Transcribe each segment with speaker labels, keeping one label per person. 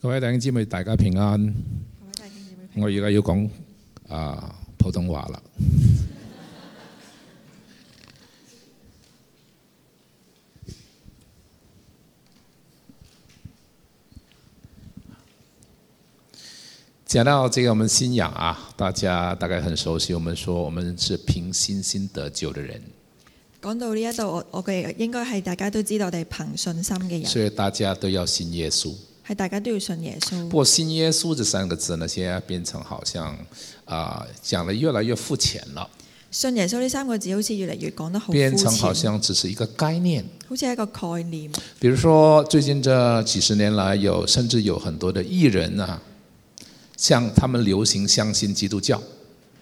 Speaker 1: 各位弟兄姊妹，大家平安。
Speaker 2: 各位弟兄姊妹平
Speaker 1: 我而家要講啊普通話啦。讲到这个我们信仰啊，大家大概很熟悉。我们说我们是凭信心得救的人，
Speaker 2: 講到呢一度，我我嘅應該係大家都知道，我哋憑信心嘅人
Speaker 1: 所以大家都要信耶稣。
Speaker 2: 係大家都要信耶穌。
Speaker 1: 不过“信耶稣”这三个字呢，现在变成好像啊、讲的越来越肤浅了。
Speaker 2: 哦信耶穌呢三個字好似越嚟越講得好膚
Speaker 1: 变成好
Speaker 2: 淺，
Speaker 1: 像只是一个概念。
Speaker 2: 好似係一個概念。
Speaker 1: 比如说，最近这几十年来有，甚至有很多的艺人啊，像他们流行相信基督教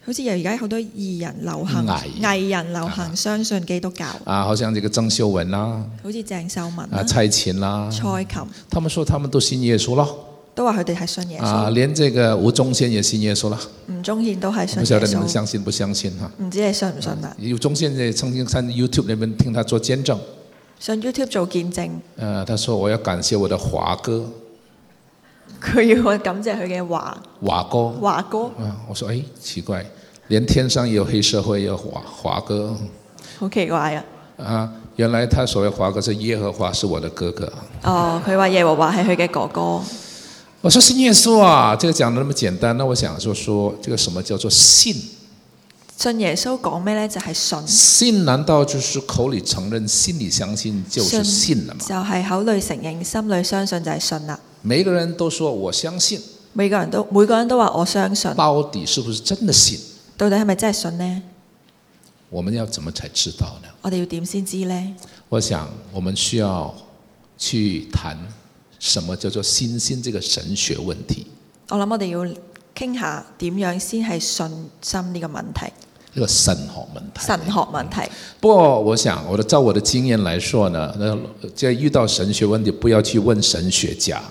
Speaker 2: 好似而家好多藝人流行
Speaker 1: 藝，
Speaker 2: 藝人流行相信基督教，
Speaker 1: 啊，好像这个郑秀文啦、
Speaker 2: 好似鄭秀文
Speaker 1: 啊
Speaker 2: 啦、
Speaker 1: 蔡琴啦、
Speaker 2: 蔡琴
Speaker 1: 他们说他們都信耶穌啦，
Speaker 2: 都話佢哋係信耶
Speaker 1: 啊，
Speaker 2: 穌，
Speaker 1: 連這個吳宗憲也信耶穌啦，
Speaker 2: 吳宗憲都係信
Speaker 1: 不曉
Speaker 2: 耶
Speaker 1: 得你們
Speaker 2: 穌。
Speaker 1: 相信不相信哈、
Speaker 2: 唔知你信唔啊信啦？
Speaker 1: 有宗憲也曾經上 YouTube 那邊聽他做見證，
Speaker 2: 上 YouTube 做見證，
Speaker 1: 呃，他說我要感謝我的華哥，
Speaker 2: 佢要我感謝佢嘅華
Speaker 1: 華哥，
Speaker 2: 華哥，
Speaker 1: 啊，我說哎，奇怪，連天上也有黑社會，也有華華哥
Speaker 2: 好奇怪啊！
Speaker 1: 啊。原來他所謂華哥是耶和華是我的哥哥。
Speaker 2: 哦，佢話耶和華係佢嘅哥哥。
Speaker 1: 我說信耶穌啊，這個講得那麼簡單，那我想就說這個什麼叫做信？
Speaker 2: 信耶穌講咩呢？就係信，
Speaker 1: 信難道就是口裡承認，心裡相信就是信了嗎？
Speaker 2: 就係口裏承認，心裏相信就係信啦。
Speaker 1: 每個人都說我相信，
Speaker 2: 每個人都每個人都話我相信，
Speaker 1: 到底是不是真的信？
Speaker 2: 到底係咪真係信呢？
Speaker 1: 我們要怎麼才知道呢？
Speaker 2: 我哋要點先知呢？
Speaker 1: 我想我們需要去談什麼叫做信心這個神學問題。
Speaker 2: 我諗我哋要傾下點樣先係信心呢個問題，
Speaker 1: 这个神学问题。
Speaker 2: 神學問題。
Speaker 1: 不过，我想我的照我的经验来说呢，那在遇到神学问题，不要去问神学家，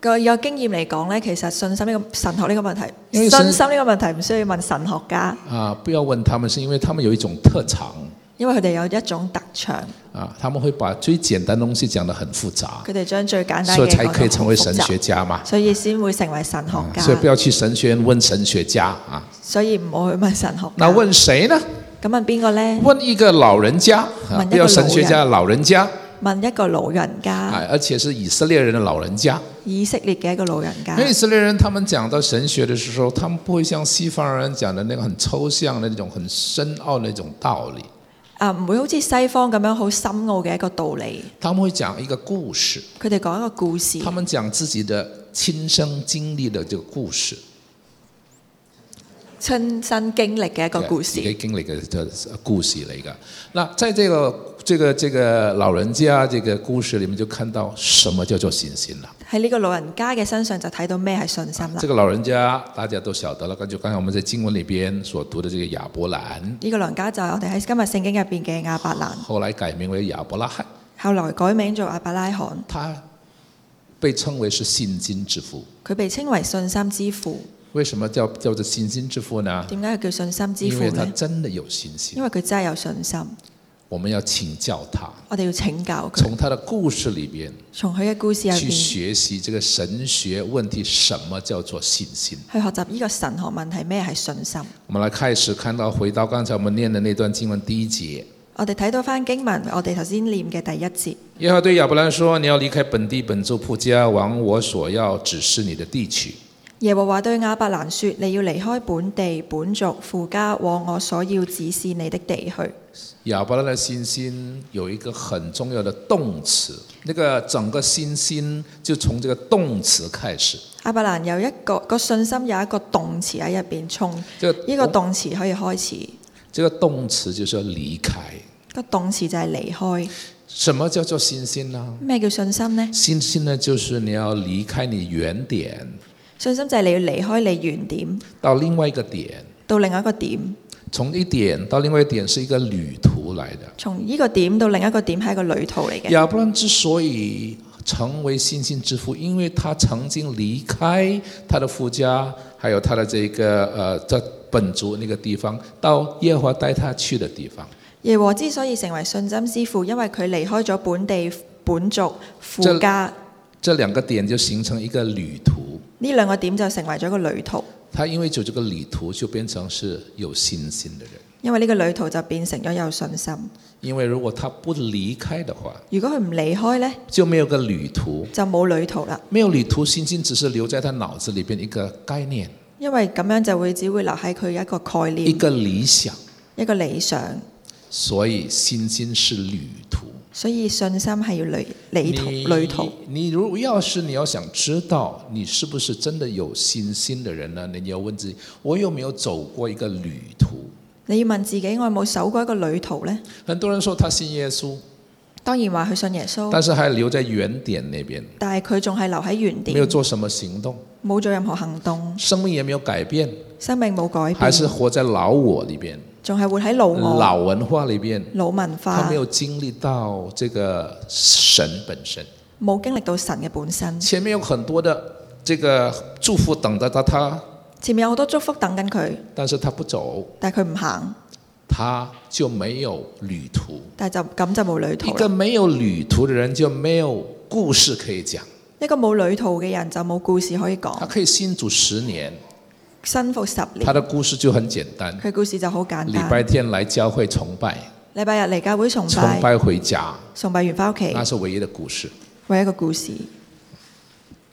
Speaker 2: 個有經驗嚟講呢，其實信心呢個神學呢個問題，
Speaker 1: 因為
Speaker 2: 信
Speaker 1: 神
Speaker 2: 心呢個問題唔需要問神學家，
Speaker 1: 啊，不要问他们，是因为他们有一种特长
Speaker 2: 因為佢哋有一種特長，
Speaker 1: 啊，他们会把最简单的东西讲得很复杂，
Speaker 2: 佢哋將最簡單
Speaker 1: 所
Speaker 2: 嘅
Speaker 1: 以才
Speaker 2: 講
Speaker 1: 可以
Speaker 2: 得好
Speaker 1: 成為神
Speaker 2: 複雜
Speaker 1: 学家嘛。
Speaker 2: 所以先會成為神學
Speaker 1: 啊
Speaker 2: 家。
Speaker 1: 所以不要去神学院问神学家啊。
Speaker 2: 所以唔好去問神學家。
Speaker 1: 那问谁呢？
Speaker 2: 咁問邊個呢？
Speaker 1: 问一个老人家啊
Speaker 2: 问，一个
Speaker 1: 不要神学家，老人家
Speaker 2: 問一個老人家，
Speaker 1: 啊，而且是以色列人的老人家。
Speaker 2: 以色列嘅一個老人家
Speaker 1: 因。为以色列人他们讲到神学的时候，他们不会像西方人讲的那个很抽象的那种很深奥的那种道理，
Speaker 2: 啊，唔會好似西方咁樣好深奧嘅一個道理。
Speaker 1: 他们会讲一个故事，
Speaker 2: 佢哋講一個故事，
Speaker 1: 他们讲自己的亲身经历的这个故事，
Speaker 2: 親身經歷嘅一個故
Speaker 1: 自己
Speaker 2: 事。
Speaker 1: 经历的这故事了一个。那在这个这个这个老人家这个故事里面，就看到什么叫做信心了。
Speaker 2: 喺呢個老人家嘅身上就睇到咩係信心啦
Speaker 1: 这。个老人家大家都晓得了，就刚才我们在经文里边所读的这个亚伯兰，
Speaker 2: 呢個老人家就係我哋喺今日聖經入邊嘅亞伯蘭，
Speaker 1: 后来改名为亚伯拉罕，
Speaker 2: 後來改名做亞伯拉罕。
Speaker 1: 他被称为是信心之父。
Speaker 2: 佢被稱為信心之父。
Speaker 1: 为什么叫叫做信心之父呢？
Speaker 2: 點解佢叫信心之
Speaker 1: 因
Speaker 2: 父
Speaker 1: 为他
Speaker 2: 呢？
Speaker 1: 真的有信心
Speaker 2: 因。為佢真係有信心。
Speaker 1: 我们要请教他，
Speaker 2: 我哋要請教佢，
Speaker 1: 从他的故事里边
Speaker 2: 從佢嘅故事入
Speaker 1: 去
Speaker 2: 邊。
Speaker 1: 学习这个神学问题，什么叫做信心？
Speaker 2: 去學習呢個神學問題咩係信心。
Speaker 1: 我们来开始看到，回到刚才我们念的那段经文第一节，
Speaker 2: 我哋睇到翻經文，我哋頭先念嘅第一節，
Speaker 1: 耶和华对亚伯兰说：“你要离开本地本族铺家，往我所要指示你的地区。
Speaker 2: 耶和華對亞伯蘭說：你要離開本地本族父家，往我所要指示你的地去。”
Speaker 1: 亚伯兰的信心有一个很重要的动词，那个整个信心就从这个动词开始。
Speaker 2: 亞伯蘭有一個個信心有一個動詞喺入邊，從
Speaker 1: 这个
Speaker 2: 呢個動詞可以開始。
Speaker 1: 这个动词就是要离开。
Speaker 2: 個動詞就係離開。
Speaker 1: 什么叫做信心呢？
Speaker 2: 咩叫信心呢？
Speaker 1: 信心呢，就是你要离开你原点，
Speaker 2: 信心就係你要離開你原點，
Speaker 1: 到另外一个点，
Speaker 2: 到另一個點，
Speaker 1: 从一点到另外一點是一个旅途来的。
Speaker 2: 從呢個點到另一個點係一個旅途嚟嘅。
Speaker 1: 亚伯兰之所以成为信心之父，因为他曾经离开他的夫家，还有他的这个呃在本族那个地方，到耶和华带他去的地方。
Speaker 2: 耶和之所以成為信心之父，因為佢離開咗本地本
Speaker 1: 即
Speaker 2: 族
Speaker 1: 係
Speaker 2: 父家，
Speaker 1: 这两个点就形成一个旅途。
Speaker 2: 呢兩個點就成為咗一個旅途，
Speaker 1: 他因为走这个旅途，就變成是有信心的人。
Speaker 2: 因為呢個旅途就變成咗有信心。
Speaker 1: 因为如果他不离开的话，
Speaker 2: 如果佢唔離開呢，
Speaker 1: 就没有个旅途，
Speaker 2: 就冇旅途啦，
Speaker 1: 没有旅途，信心只是留在他脑子里边一个概念，
Speaker 2: 因為咁樣就會只會留喺佢一個概
Speaker 1: 一
Speaker 2: 念、
Speaker 1: 个理想。
Speaker 2: 一個理想。
Speaker 1: 所以信心是旅途。
Speaker 2: 所以信心係要旅旅途
Speaker 1: 你
Speaker 2: 旅途。
Speaker 1: 你如果要是你要想知道你是不是真的有信心的人呢，你要问自己，我有没有走过一个旅途？
Speaker 2: 你要問自己，我有冇走過一個旅途呢？
Speaker 1: 很多人说他信耶稣，
Speaker 2: 當然話佢信耶穌，
Speaker 1: 但是还留在哦原点那边，
Speaker 2: 但係佢仲係留喺原
Speaker 1: 没有
Speaker 2: 點，
Speaker 1: 做什么行动，
Speaker 2: 冇做任何行動，
Speaker 1: 生命也没有改变，
Speaker 2: 生命冇改
Speaker 1: 还是
Speaker 2: 變，
Speaker 1: 活在老我里边、
Speaker 2: 仲係活喺老我、
Speaker 1: 老文化里边，
Speaker 2: 老文
Speaker 1: 他
Speaker 2: 化
Speaker 1: 没，有经历到这个神本身。
Speaker 2: 冇經歷到神嘅本身。
Speaker 1: 前面有很多的这个祝福等着他，他
Speaker 2: 前面有好多祝福等緊佢，
Speaker 1: 但是他不走，
Speaker 2: 但係佢唔行，
Speaker 1: 他就没有旅途。
Speaker 2: 但係就咁就冇旅
Speaker 1: 一
Speaker 2: 途
Speaker 1: 个
Speaker 2: 啦。
Speaker 1: 没有旅途的人就没有故事可以讲。
Speaker 2: 一個冇旅途嘅人就冇故事可以
Speaker 1: 他
Speaker 2: 講，
Speaker 1: 可以信主十年，
Speaker 2: 辛苦十年
Speaker 1: 他，的故事就很简单：
Speaker 2: 佢故事就好簡
Speaker 1: 礼
Speaker 2: 單。
Speaker 1: 拜天来教会崇拜，
Speaker 2: 禮拜日嚟教會崇
Speaker 1: 崇
Speaker 2: 拜，
Speaker 1: 拜啊回家，
Speaker 2: 崇拜完翻屋企，
Speaker 1: 那是唯一的故事，
Speaker 2: 為一個故事，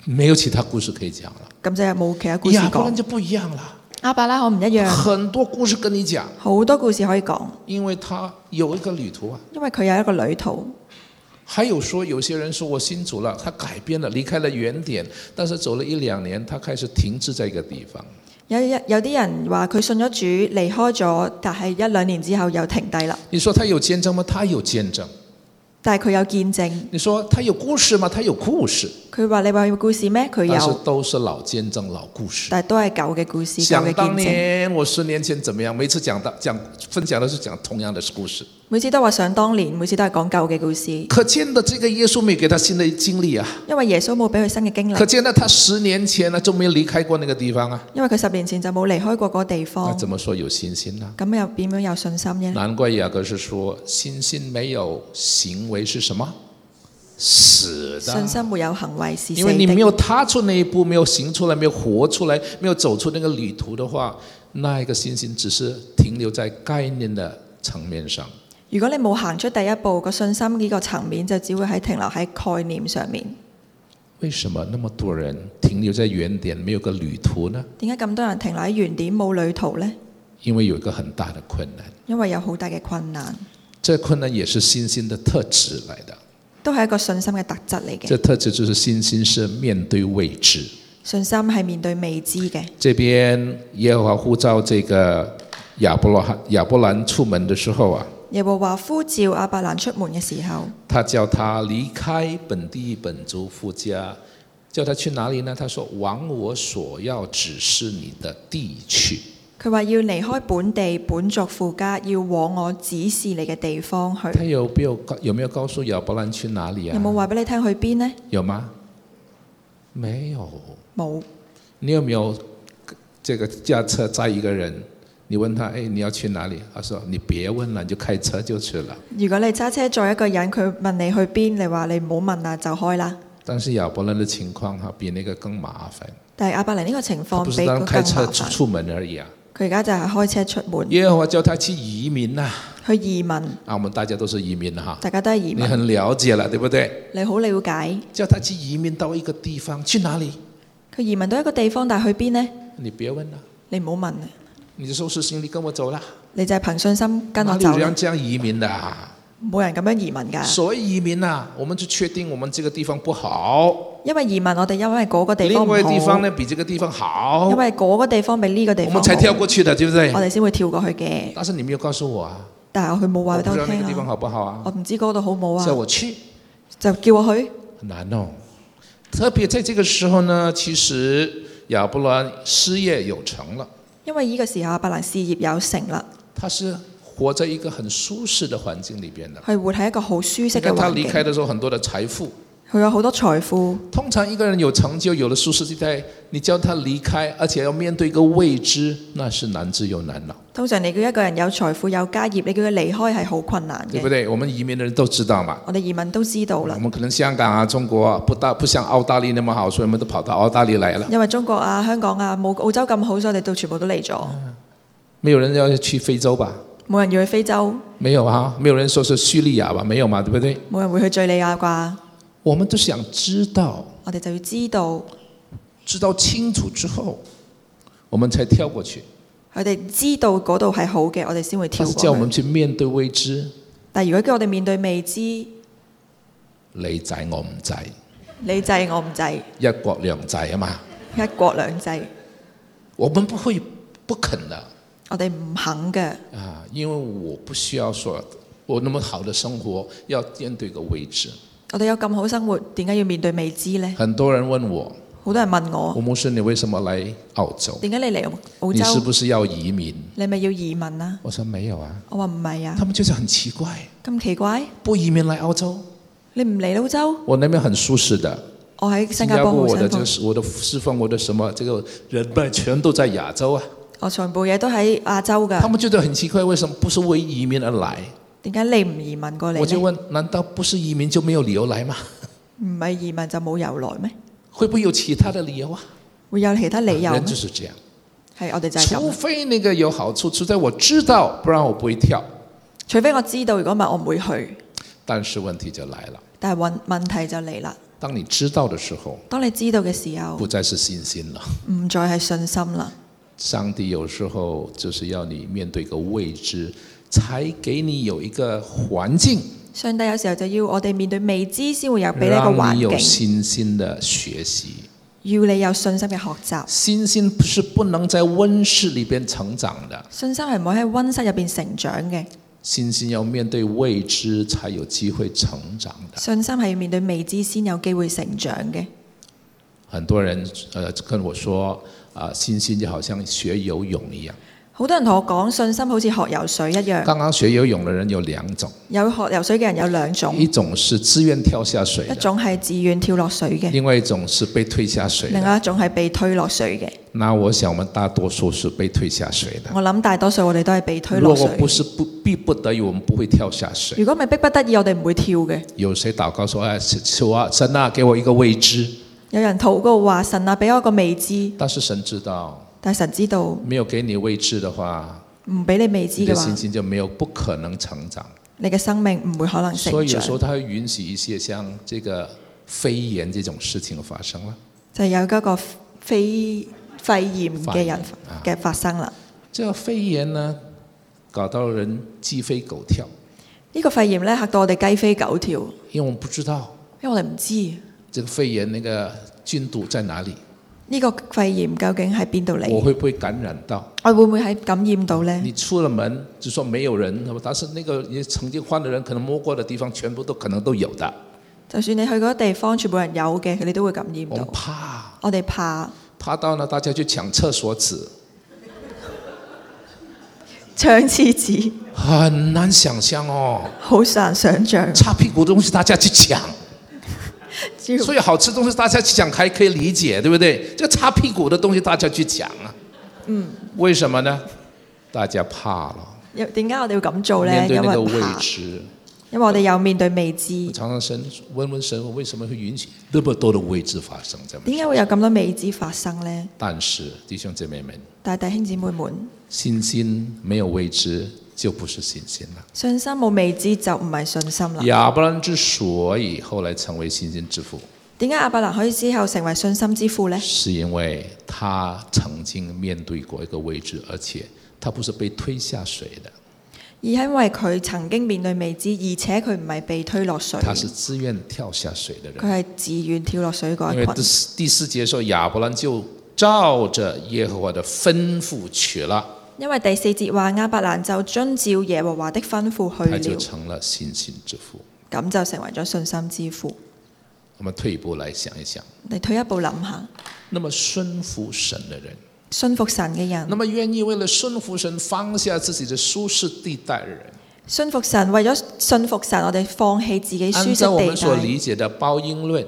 Speaker 1: 没有其他故事可以讲了。
Speaker 2: 咁就係冇其他故事
Speaker 1: 亚伯兰
Speaker 2: 講。
Speaker 1: 就不一样了，
Speaker 2: 阿伯拉罕唔一樣。
Speaker 1: 很多故事跟你讲，
Speaker 2: 好多故事可以講，
Speaker 1: 因为他有一个旅途啊。
Speaker 2: 因為佢有一個旅途。
Speaker 1: 还有说，有些人说我信主了，他改变了，离开了原点，但是走了一两年，他开始停滞在一个地方。
Speaker 2: 有一有啲人話佢信咗主，離開咗，但係一兩年之後又停低啦。
Speaker 1: 你说他有见证吗？他有见证。
Speaker 2: 但係佢有見證，
Speaker 1: 你说他有故事吗？他有故事，
Speaker 2: 佢話你話有故事咩？佢
Speaker 1: 但是
Speaker 2: 有，
Speaker 1: 都是老见证、老故事。
Speaker 2: 但係都係舊嘅故事、舊
Speaker 1: 想
Speaker 2: 嘅
Speaker 1: 当
Speaker 2: 見證。
Speaker 1: 年，我十年前怎么样？每次讲到讲分享的是讲同样的故事，
Speaker 2: 每次都話想當年，每次都係講舊嘅故事，
Speaker 1: 可见的这个耶稣没给他新的经历啊，
Speaker 2: 因為耶穌冇俾佢新嘅經
Speaker 1: 可
Speaker 2: 歷，
Speaker 1: 见的他十年前呢就没离开过那个地方啊。
Speaker 2: 因為佢十年前就冇離開過嗰個地
Speaker 1: 那
Speaker 2: 方。
Speaker 1: 怎么说有信心呢？
Speaker 2: 咁又點樣有信心嘅呢？
Speaker 1: 难怪雅各是说，信心没有行为是什么？死的。
Speaker 2: 信心沒有行為是死
Speaker 1: 因为你没
Speaker 2: 的，
Speaker 1: 有踏出那一步，没有行出来，没有活出来，没有走出那个旅途的话，那一个信心只是停留在概念的层面上。
Speaker 2: 如果你冇行出第一步，個信心呢個層面就只會喺停留喺概念上面。
Speaker 1: 为什么那么多人停留在原点，没有个旅途呢？
Speaker 2: 點解咁多人停留喺原點冇旅途呢？
Speaker 1: 因为有一个很大的困难，
Speaker 2: 因為有好大嘅困難，
Speaker 1: 这困难也是信心的特质来的。
Speaker 2: 都係一個信心嘅特質嚟
Speaker 1: 这
Speaker 2: 嘅。
Speaker 1: 特质就是信心是面对未知。
Speaker 2: 信心係面對未知嘅。
Speaker 1: 这边耶和华呼召这个亚伯拉罕亚伯兰出门的时候啊，
Speaker 2: 耶和華呼召亞伯蘭出門嘅時候，
Speaker 1: 他叫他离开本地本族夫家，叫他去哪里呢？他说：“往我所要指示你的地去。
Speaker 2: 佢話要離開本地本族父家，要往我指示你嘅地方”去。
Speaker 1: 他有没有告有没有告诉亚伯兰去哪里啊？
Speaker 2: 有冇話俾你聽去邊呢？
Speaker 1: 有吗？没有。
Speaker 2: 冇。
Speaker 1: 你有没有这个驾车载一个人？你问他：“哎，你要去哪里？”他说：“你别问了，你就开车就去了。
Speaker 2: 如果你揸車載一個人，佢問你去邊，你話你唔好問啦，就開啦。”
Speaker 1: 但是亚伯兰的情况哈、比那个更麻烦，
Speaker 2: 但係亞伯蘭呢個情
Speaker 1: 他
Speaker 2: 況
Speaker 1: 不是
Speaker 2: 比佢
Speaker 1: 当
Speaker 2: 更
Speaker 1: 开车
Speaker 2: 麻
Speaker 1: 出
Speaker 2: 煩，
Speaker 1: 出门而已啊。
Speaker 2: 佢而家就係開車出門
Speaker 1: 耶和华叫他去移民呐、
Speaker 2: 去移民，
Speaker 1: 啊，我们大家都是移民哈，
Speaker 2: 大家都係移
Speaker 1: 你
Speaker 2: 民，
Speaker 1: 很了解了，对不对？
Speaker 2: 你好了解。
Speaker 1: 叫他去移民到一个地方，去哪里？
Speaker 2: 佢移民到一個地方，但係去邊呢？
Speaker 1: 你别问了，
Speaker 2: 你唔好問，啊
Speaker 1: 你就收拾行李跟我走啦。
Speaker 2: 你就係憑信心跟我
Speaker 1: 哪里有
Speaker 2: 走啦
Speaker 1: 人这样移民的、啊？
Speaker 2: 冇人咁樣移民㗎，
Speaker 1: 所谓移民呐、我们就确定我们这个地方不好，
Speaker 2: 因為移民我哋因為嗰個地方
Speaker 1: 另
Speaker 2: 唔
Speaker 1: 外地方
Speaker 2: 好，
Speaker 1: 呢比这个地方好
Speaker 2: 因，為嗰個地方比呢個地
Speaker 1: 我
Speaker 2: 方
Speaker 1: 们才跳
Speaker 2: 好，
Speaker 1: 过去的，对不对
Speaker 2: 我？哋先會跳過去嘅。
Speaker 1: 但是你没有告诉我啊，
Speaker 2: 但係佢冇話
Speaker 1: 我
Speaker 2: 俾
Speaker 1: 不知道
Speaker 2: 我
Speaker 1: 那
Speaker 2: 聽
Speaker 1: 个地方
Speaker 2: 啊，
Speaker 1: 好不好啊
Speaker 2: 我，唔知嗰度好冇
Speaker 1: 叫
Speaker 2: 啊，
Speaker 1: 我去
Speaker 2: 就叫我去。
Speaker 1: 很难哦。特别在这个时候呢，其实亚伯兰事业有成了。
Speaker 2: 因為呢個時候阿伯蘭事業有成啦，
Speaker 1: 他是活在一个很舒适的环境里边的。
Speaker 2: 佢活喺一個好舒適
Speaker 1: 你
Speaker 2: 嘅
Speaker 1: 看他
Speaker 2: 環
Speaker 1: 离
Speaker 2: 境，
Speaker 1: 开的时候，很多的财富。
Speaker 2: 佢有好多財富。
Speaker 1: 通常一个人有成就，有了舒适地带，你叫他离开，而且要面对一个未知，那是难之又难了。
Speaker 2: 通常你叫一個人有財富有家業，你叫佢離開係好困難
Speaker 1: 对不
Speaker 2: 嘅。
Speaker 1: 对？我们移民的人都知道嘛。
Speaker 2: 我哋移民都知道啦
Speaker 1: 我，们可能香港啊、中国啊，不大不像澳大利亚那么好，所以我们都跑到澳大利亚来了。
Speaker 2: 因為中國啊、香港啊冇澳洲咁好，所以我哋都全部都嚟咗。
Speaker 1: 没有人要去非洲吧？
Speaker 2: 冇人要去非洲，
Speaker 1: 没有啊，没有人说是叙利亚吧？没有嘛，对不对？
Speaker 2: 冇人會去敍利亞啩？
Speaker 1: 我们都想知道，
Speaker 2: 我哋就要知道，
Speaker 1: 知道清楚之后，我们才跳过去。
Speaker 2: 佢哋知道嗰度係好嘅，我哋先會
Speaker 1: 他
Speaker 2: 跳
Speaker 1: 是
Speaker 2: 過
Speaker 1: 叫我
Speaker 2: 去。
Speaker 1: 们去面对未知，
Speaker 2: 但如果叫我哋面對未知，你
Speaker 1: 你制我唔制，
Speaker 2: 制我唔制，
Speaker 1: 一國兩制啊嘛。
Speaker 2: 一國兩制，
Speaker 1: 我们不会不肯的
Speaker 2: 我哋唔肯嘅，
Speaker 1: 啊，因为我不需要说我那么好的生活要面对个未知。
Speaker 2: 我哋有咁好生活，點解要面對未知呢？
Speaker 1: 很多人问我，
Speaker 2: 好多人問我，
Speaker 1: 吴牧师，你为什么来澳洲？
Speaker 2: 點解你嚟澳
Speaker 1: 哦你是
Speaker 2: 洲？
Speaker 1: 不是要移民？
Speaker 2: 你咪要移民啊？
Speaker 1: 我说没有啊，
Speaker 2: 我話唔係啊
Speaker 1: 他，们就是很奇怪，
Speaker 2: 咁奇怪，
Speaker 1: 不移民来澳洲，
Speaker 2: 你唔嚟澳洲，
Speaker 1: 我那边很舒适的。
Speaker 2: 我喺新
Speaker 1: 新
Speaker 2: 加
Speaker 1: 加
Speaker 2: 坡
Speaker 1: 坡
Speaker 2: 好
Speaker 1: 我的
Speaker 2: 辛
Speaker 1: 这
Speaker 2: 苦
Speaker 1: 个，是我的侍奉，我的什么这个人脉全都在亚洲啊，
Speaker 2: 我全部嘢都喺亞洲
Speaker 1: 他
Speaker 2: 㗎，
Speaker 1: 们觉得很奇怪，为什么不是为移民而啊来？
Speaker 2: 點解你唔移民過嚟
Speaker 1: 我就
Speaker 2: 呢？
Speaker 1: 问，难道不是移民就没有理由来吗？
Speaker 2: 唔係移民就冇由來咩？
Speaker 1: 会不会有其他的理由啊？
Speaker 2: 會有其他理由
Speaker 1: 人
Speaker 2: 咩
Speaker 1: 就？是这样，
Speaker 2: 係我哋就係咁
Speaker 1: 除
Speaker 2: 啦。
Speaker 1: 非那个有好处，除非我知道，不然我不会跳。
Speaker 2: 除非我知道，如果唔係我唔會去。
Speaker 1: 但是问题就来了，
Speaker 2: 但係問問題就嚟啦。
Speaker 1: 当你知道的时候，
Speaker 2: 當你知道嘅時候，
Speaker 1: 不再是信心了。
Speaker 2: 唔再係信心啦。
Speaker 1: 上帝有时候就是要你面对一个未知，才给你有一个环境，
Speaker 2: 上帝有時候就要我哋面對未知，先會有俾你一個
Speaker 1: 让你有
Speaker 2: 環境，
Speaker 1: 信心的学习。
Speaker 2: 要你有信心嘅學習。
Speaker 1: 信心不是不能在温室里边成长的，
Speaker 2: 信心係唔可以喺温室入邊成長嘅，
Speaker 1: 信心要面对未知才有机会成长的。
Speaker 2: 信心係要面對未知先有機會成長嘅。
Speaker 1: 很多人呃跟我说啊、信心就好像学游泳一样。
Speaker 2: 好多人同我講信心好似學游水一樣，
Speaker 1: 刚刚学游泳的人有兩種，
Speaker 2: 有學游水嘅人有兩種，
Speaker 1: 一種是自愿跳下水
Speaker 2: 一
Speaker 1: 的，
Speaker 2: 種係自愿跳落水嘅，
Speaker 1: 另外一種是被推下水
Speaker 2: 另
Speaker 1: 的。
Speaker 2: 外一種係被推落水嘅。
Speaker 1: 那我想我们大多數是被推下水的。
Speaker 2: 我諗大多數我哋都係被推
Speaker 1: 如
Speaker 2: 落
Speaker 1: 果
Speaker 2: 水。
Speaker 1: 不是不逼不得已，我们不会跳下水。
Speaker 2: 如果唔係逼不得已，我哋唔會跳嘅。
Speaker 1: 有谁祷告说：“哎，求求啊，神啊，给我一个未知。
Speaker 2: 有人禱告話：神啊，俾我一個未知。”
Speaker 1: 但是神知道，
Speaker 2: 但神知道唔
Speaker 1: 没有给你未知的话，
Speaker 2: 俾你未知
Speaker 1: 你的
Speaker 2: 嘅話
Speaker 1: 信，心就沒有不可能成長。
Speaker 2: 你嘅生命唔會可能成
Speaker 1: 所以有
Speaker 2: 長。
Speaker 1: 时候他会允许一些像这个肺炎这种事情发生了。
Speaker 2: 就有嗰個肺肺炎嘅人
Speaker 1: 啊
Speaker 2: 嘅發生啦。
Speaker 1: 这个肺炎呢，搞到人鸡飞狗跳。
Speaker 2: 呢、個肺炎咧嚇到我哋雞飛狗跳，
Speaker 1: 因为我们不知道
Speaker 2: 因為我哋唔知
Speaker 1: 这个肺炎那个菌毒在哪里，
Speaker 2: 呢個肺炎究竟喺邊度
Speaker 1: 我
Speaker 2: 嚟，
Speaker 1: 会不会感染到？
Speaker 2: 我會唔會喺感染到呢？
Speaker 1: 你出了门就说没有人，那么但是那个你曾经患的人可能摸过的地方，全部都可能都有的。
Speaker 2: 就算你去嗰個地方，全部人有嘅，你都會感染
Speaker 1: 我们
Speaker 2: 到。
Speaker 1: 怕，
Speaker 2: 我哋怕
Speaker 1: 怕到呢，大家去抢厕所纸，
Speaker 2: 搶廁紙，
Speaker 1: 很难想象哦。
Speaker 2: 好難想像。
Speaker 1: 擦屁股的东西大家去抢，
Speaker 2: 只 要
Speaker 1: 所以好吃的东西大家去抢还可以理解，对不对？这擦屁股的东西大家去抢啊，嗯，为什么呢？大家怕了，
Speaker 2: 有點解我哋要咁做呢？
Speaker 1: 面对
Speaker 2: 因
Speaker 1: 那个未
Speaker 2: 為怕，
Speaker 1: 知。
Speaker 2: 因為我哋有面對未知
Speaker 1: 我。常常神问问神，我为什么会允许那么多的未知发生？这么
Speaker 2: 點解會有咁多未知發生呢？
Speaker 1: 但是弟兄姐妹们，
Speaker 2: 但係弟兄姊妹們，
Speaker 1: 信心没有未知，就不是信心了。
Speaker 2: 信心冇未知就唔係信心啦。
Speaker 1: 亚伯兰之所以后来成为信心之父，
Speaker 2: 點解阿伯蘭可以之後成為信心之父呢？
Speaker 1: 是因为他曾经面对过一个未知，而且他不是被推下水的，
Speaker 2: 而係因為佢曾經面對未知，而且佢唔係被推落水，
Speaker 1: 他是
Speaker 2: 佢
Speaker 1: 自愿跳下水的人。
Speaker 2: 係自愿跳落水嗰
Speaker 1: 因为
Speaker 2: 一
Speaker 1: 第
Speaker 2: 群。
Speaker 1: 四第四节说，亚伯兰就照着耶和华的吩咐去了，
Speaker 2: 因為第四節話亞伯蘭就遵照耶和華的吩咐去
Speaker 1: 他就
Speaker 2: 了，
Speaker 1: 成了信心之父。
Speaker 2: 咁就成為咗信心之父。
Speaker 1: 我们退一步来想一想，
Speaker 2: 你退一步諗下，
Speaker 1: 那么顺服神的人，
Speaker 2: 信服神嘅人
Speaker 1: 那，么愿意为了顺服神放下自己的舒适地带的人，
Speaker 2: 信服神為咗信服神，我哋放棄自己舒
Speaker 1: 按照
Speaker 2: 適
Speaker 1: 我们所
Speaker 2: 地帶。
Speaker 1: 理解的包因论，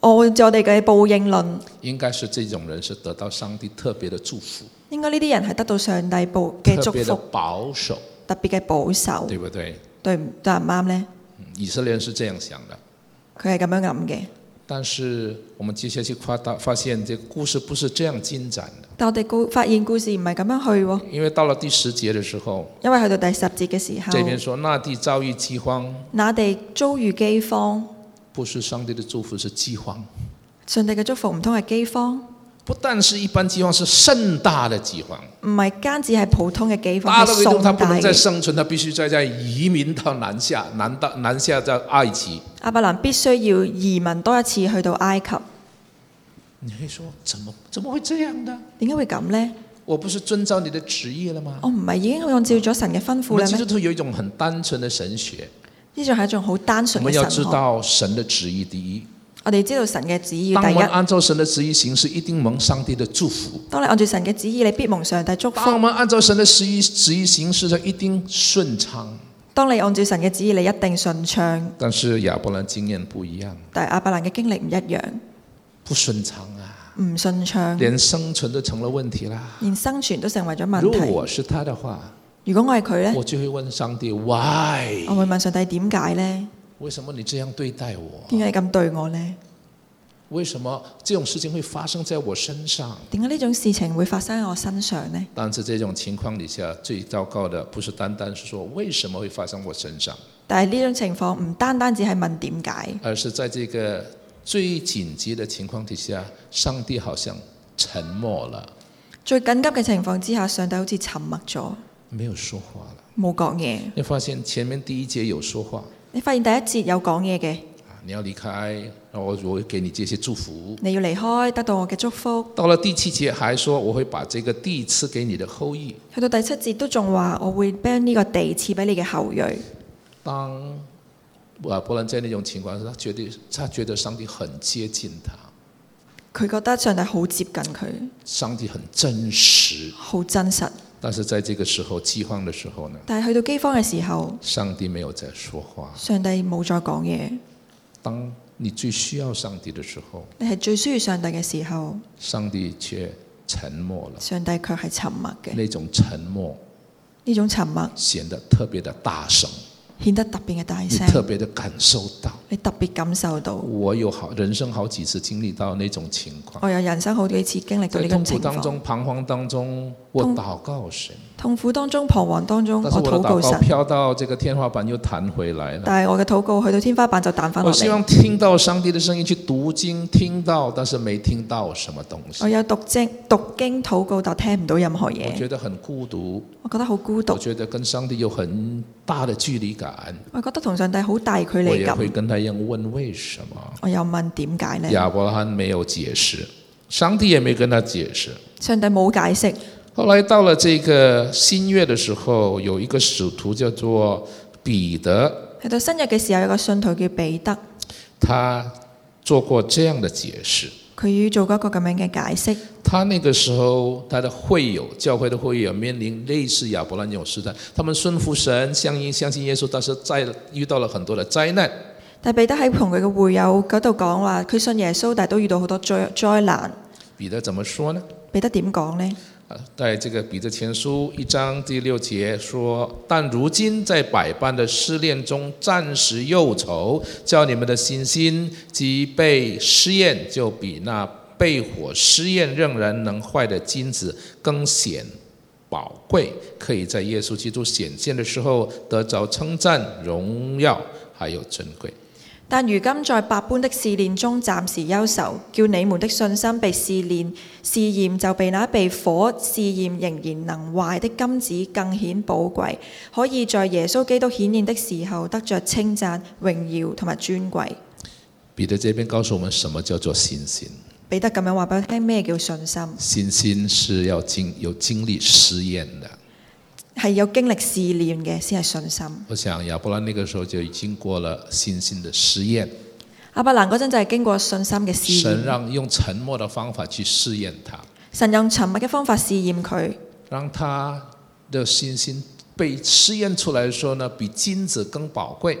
Speaker 2: 按照我哋嘅報應論，
Speaker 1: 应该是这种人是得到上帝特别的祝福，
Speaker 2: 應該呢啲人係得到上帝報嘅
Speaker 1: 特
Speaker 2: 祝
Speaker 1: 别的
Speaker 2: 福，
Speaker 1: 保守，
Speaker 2: 特別嘅保守，
Speaker 1: 对不对？
Speaker 2: 對唔對唔啱呢？
Speaker 1: 嗯以色列人是这样想的。
Speaker 2: 佢係咁樣諗嘅。
Speaker 1: 但是我们接下去发大发现，这个故事不是这样进展的，
Speaker 2: 但我哋故發現故事唔係咁樣去喎，
Speaker 1: 因为到了第十节的时候，
Speaker 2: 因為去到第十節嘅時
Speaker 1: 这边
Speaker 2: 候，
Speaker 1: 说那地遭遇饥荒，
Speaker 2: 那地遭遇饑荒，
Speaker 1: 不是上帝的祝福，是饥荒。
Speaker 2: 上帝嘅祝福唔通係饑荒，
Speaker 1: 不但是一般饥荒，是盛大的饥荒，
Speaker 2: 唔係單止係普通嘅饑
Speaker 1: 大
Speaker 2: 荒，
Speaker 1: 到
Speaker 2: 係
Speaker 1: 一种
Speaker 2: 重
Speaker 1: 他
Speaker 2: 大
Speaker 1: 不能再
Speaker 2: 嘅。
Speaker 1: 生存，他必须再在移民到南下，南到南下到埃及。
Speaker 2: 阿伯蘭必須要移民多一次去到埃及，
Speaker 1: 你会说怎么怎么会这样的？
Speaker 2: 點解會咁呢？
Speaker 1: 我不是遵照你的旨意了吗？
Speaker 2: 我唔係已經按照咗神嘅吩
Speaker 1: 我
Speaker 2: 咐
Speaker 1: 们
Speaker 2: 啦
Speaker 1: 基督
Speaker 2: 咩？
Speaker 1: 徒有一种很单纯的神学，
Speaker 2: 呢種係一種好單
Speaker 1: 我
Speaker 2: 純
Speaker 1: 们
Speaker 2: 嘅
Speaker 1: 要
Speaker 2: 神
Speaker 1: 知
Speaker 2: 學。
Speaker 1: 道神的旨意第一。
Speaker 2: 我哋知道神嘅旨意
Speaker 1: 当
Speaker 2: 第
Speaker 1: 我们
Speaker 2: 一，
Speaker 1: 按照神的旨意行事，一定蒙上帝的祝福；
Speaker 2: 當你按照神嘅旨意，你必蒙上帝祝
Speaker 1: 当我
Speaker 2: 福；
Speaker 1: 们按照神的旨意旨意行事，就一定顺畅。
Speaker 2: 當你按照神嘅旨意，你一定順暢。
Speaker 1: 但是亚伯兰经验不一样，
Speaker 2: 但係阿伯蘭嘅經歷唔一樣，
Speaker 1: 不顺畅啊，
Speaker 2: 唔順暢，
Speaker 1: 连生存都成了问题啦。
Speaker 2: 連生存都成為咗問
Speaker 1: 如果
Speaker 2: 題。
Speaker 1: 我是他的话，
Speaker 2: 如果我係佢呢，
Speaker 1: 我就会問上帝：Why？
Speaker 2: 我會問上帝點解呢？
Speaker 1: 为什么你這樣對待我？
Speaker 2: 點解你咁對我呢？
Speaker 1: 為什麼這種事情會發生在我身上？
Speaker 2: 點解呢種事情會發生喺我身上呢？
Speaker 1: 但是這種情況底下，最糟糕的不是單單是說為什麼會發生我身上，
Speaker 2: 但係呢種情況唔單單只係問點解，
Speaker 1: 而是在這個最緊急的情況底下，上帝好像沉默了，
Speaker 2: 最緊急嘅情況之下，上帝好似沉默咗，
Speaker 1: 沒有說話了。
Speaker 2: 冇講嘢。
Speaker 1: 你發現前面第一節有說話
Speaker 2: 你發現第一節有講嘢嘅，
Speaker 1: 啊，你要離開，然後我哦我會給你這些祝福。
Speaker 2: 你要離開，得到我嘅祝福。
Speaker 1: 到了第七節還說我會把這個地賜給你的後裔。
Speaker 2: 去到第七節都仲話，我會將呢個地賜俾你嘅後裔。
Speaker 1: 当啊伯伦在那种情况下，他觉得他觉得上帝很接近他，
Speaker 2: 佢覺得上帝好接近佢，
Speaker 1: 上帝很真实。
Speaker 2: 好真實。
Speaker 1: 但是在这个時候饥荒的時候呢，
Speaker 2: 但係去到饑荒嘅時候，
Speaker 1: 上帝没有在说话。
Speaker 2: 上帝冇再講嘢。
Speaker 1: 当你最需要上帝的時候，
Speaker 2: 你係最需要上帝嘅時候，
Speaker 1: 上帝却沉默了。
Speaker 2: 上帝卻係沉默嘅。
Speaker 1: 那種沉默
Speaker 2: 呢種沉默
Speaker 1: 顯得特別的大聲，
Speaker 2: 顯得特別嘅大
Speaker 1: 你特
Speaker 2: 聲，
Speaker 1: 別的感受到。
Speaker 2: 你特別感受到。
Speaker 1: 我有好人生好幾次經歷到那種情況，
Speaker 2: 我有人生好幾次經歷到
Speaker 1: 在
Speaker 2: 呢種
Speaker 1: 痛
Speaker 2: 情
Speaker 1: 苦當
Speaker 2: 況，
Speaker 1: 中、彷徨當中，我
Speaker 2: 痛
Speaker 1: 禱告神。
Speaker 2: 痛苦當中、彷徨當中，
Speaker 1: 但是
Speaker 2: 我
Speaker 1: 我的
Speaker 2: 禱告
Speaker 1: 祷告
Speaker 2: 神，
Speaker 1: 飘到这个天花板又弹回来了。
Speaker 2: 但係我嘅禱告去到天花板就彈
Speaker 1: 嗯我
Speaker 2: 翻落
Speaker 1: 希
Speaker 2: 嚟。
Speaker 1: 望听到上帝的声音去读经，听到，但是没听到什么东西
Speaker 2: 我。有讀經、讀經、禱告，但聽唔到任何
Speaker 1: 我
Speaker 2: 嘢，
Speaker 1: 觉得很孤独，
Speaker 2: 我覺得好孤
Speaker 1: 我
Speaker 2: 獨，
Speaker 1: 觉得跟上帝有很大的距离感。
Speaker 2: 我覺得同上帝好大距
Speaker 1: 我
Speaker 2: 離
Speaker 1: 也
Speaker 2: 感。
Speaker 1: 会跟他一样问为什么。
Speaker 2: 我又問點解呢？
Speaker 1: 亚伯拉罕没有解释，上帝也没跟他解释。
Speaker 2: 上帝冇解釋。
Speaker 1: 后来到了这个新月的时候，有一个使徒叫做彼得，
Speaker 2: 去到新約嘅時候，有個信徒叫彼得，
Speaker 1: 他做过这样的解释。
Speaker 2: 佢做過一個咁樣嘅解釋。
Speaker 1: 他那个时候，他的会友，教会的会友面临类似亚伯拉罕这种时代，他们顺服神，相信相信耶稣，但是在遇到了很多的灾难。
Speaker 2: 但彼得喺同佢嘅會友嗰度講話，佢信耶穌，但係都遇到好多災災難。
Speaker 1: 彼得怎么说呢？
Speaker 2: 彼得點講呢？
Speaker 1: 啊，在这个彼得前书一章第六节说：“但如今在百般的试炼中，暂时忧愁，叫你们的信心既被试验，就比那被火试验仍然能坏的金子更显宝贵，可以在耶稣基督显现的时候得着称赞、荣耀，还有尊贵。
Speaker 2: 但如今在百般的試煉中暫時憂愁，叫你們的信心被試煉試驗，就被那被火試驗仍然能壞的金子更顯寶貴，可以在耶穌基督顯現的時候得着稱讚、榮耀同埋尊貴。
Speaker 1: 彼得这边告诉我们，什么叫做信心？
Speaker 2: 彼得咁樣話俾我聽，咩叫信心？
Speaker 1: 信心是要经有经历试验的。
Speaker 2: 係有經歷試煉嘅先係信心。
Speaker 1: 我想亚伯拉那个时候就已经过了信心的试验，
Speaker 2: 阿伯蘭嗰陣就係經過信心嘅試
Speaker 1: 神
Speaker 2: 驗，
Speaker 1: 让用沉默的方法去试验他，
Speaker 2: 神用沉默嘅方法試驗佢，
Speaker 1: 让他的信心被试验出来的时候呢，比金子更宝贵。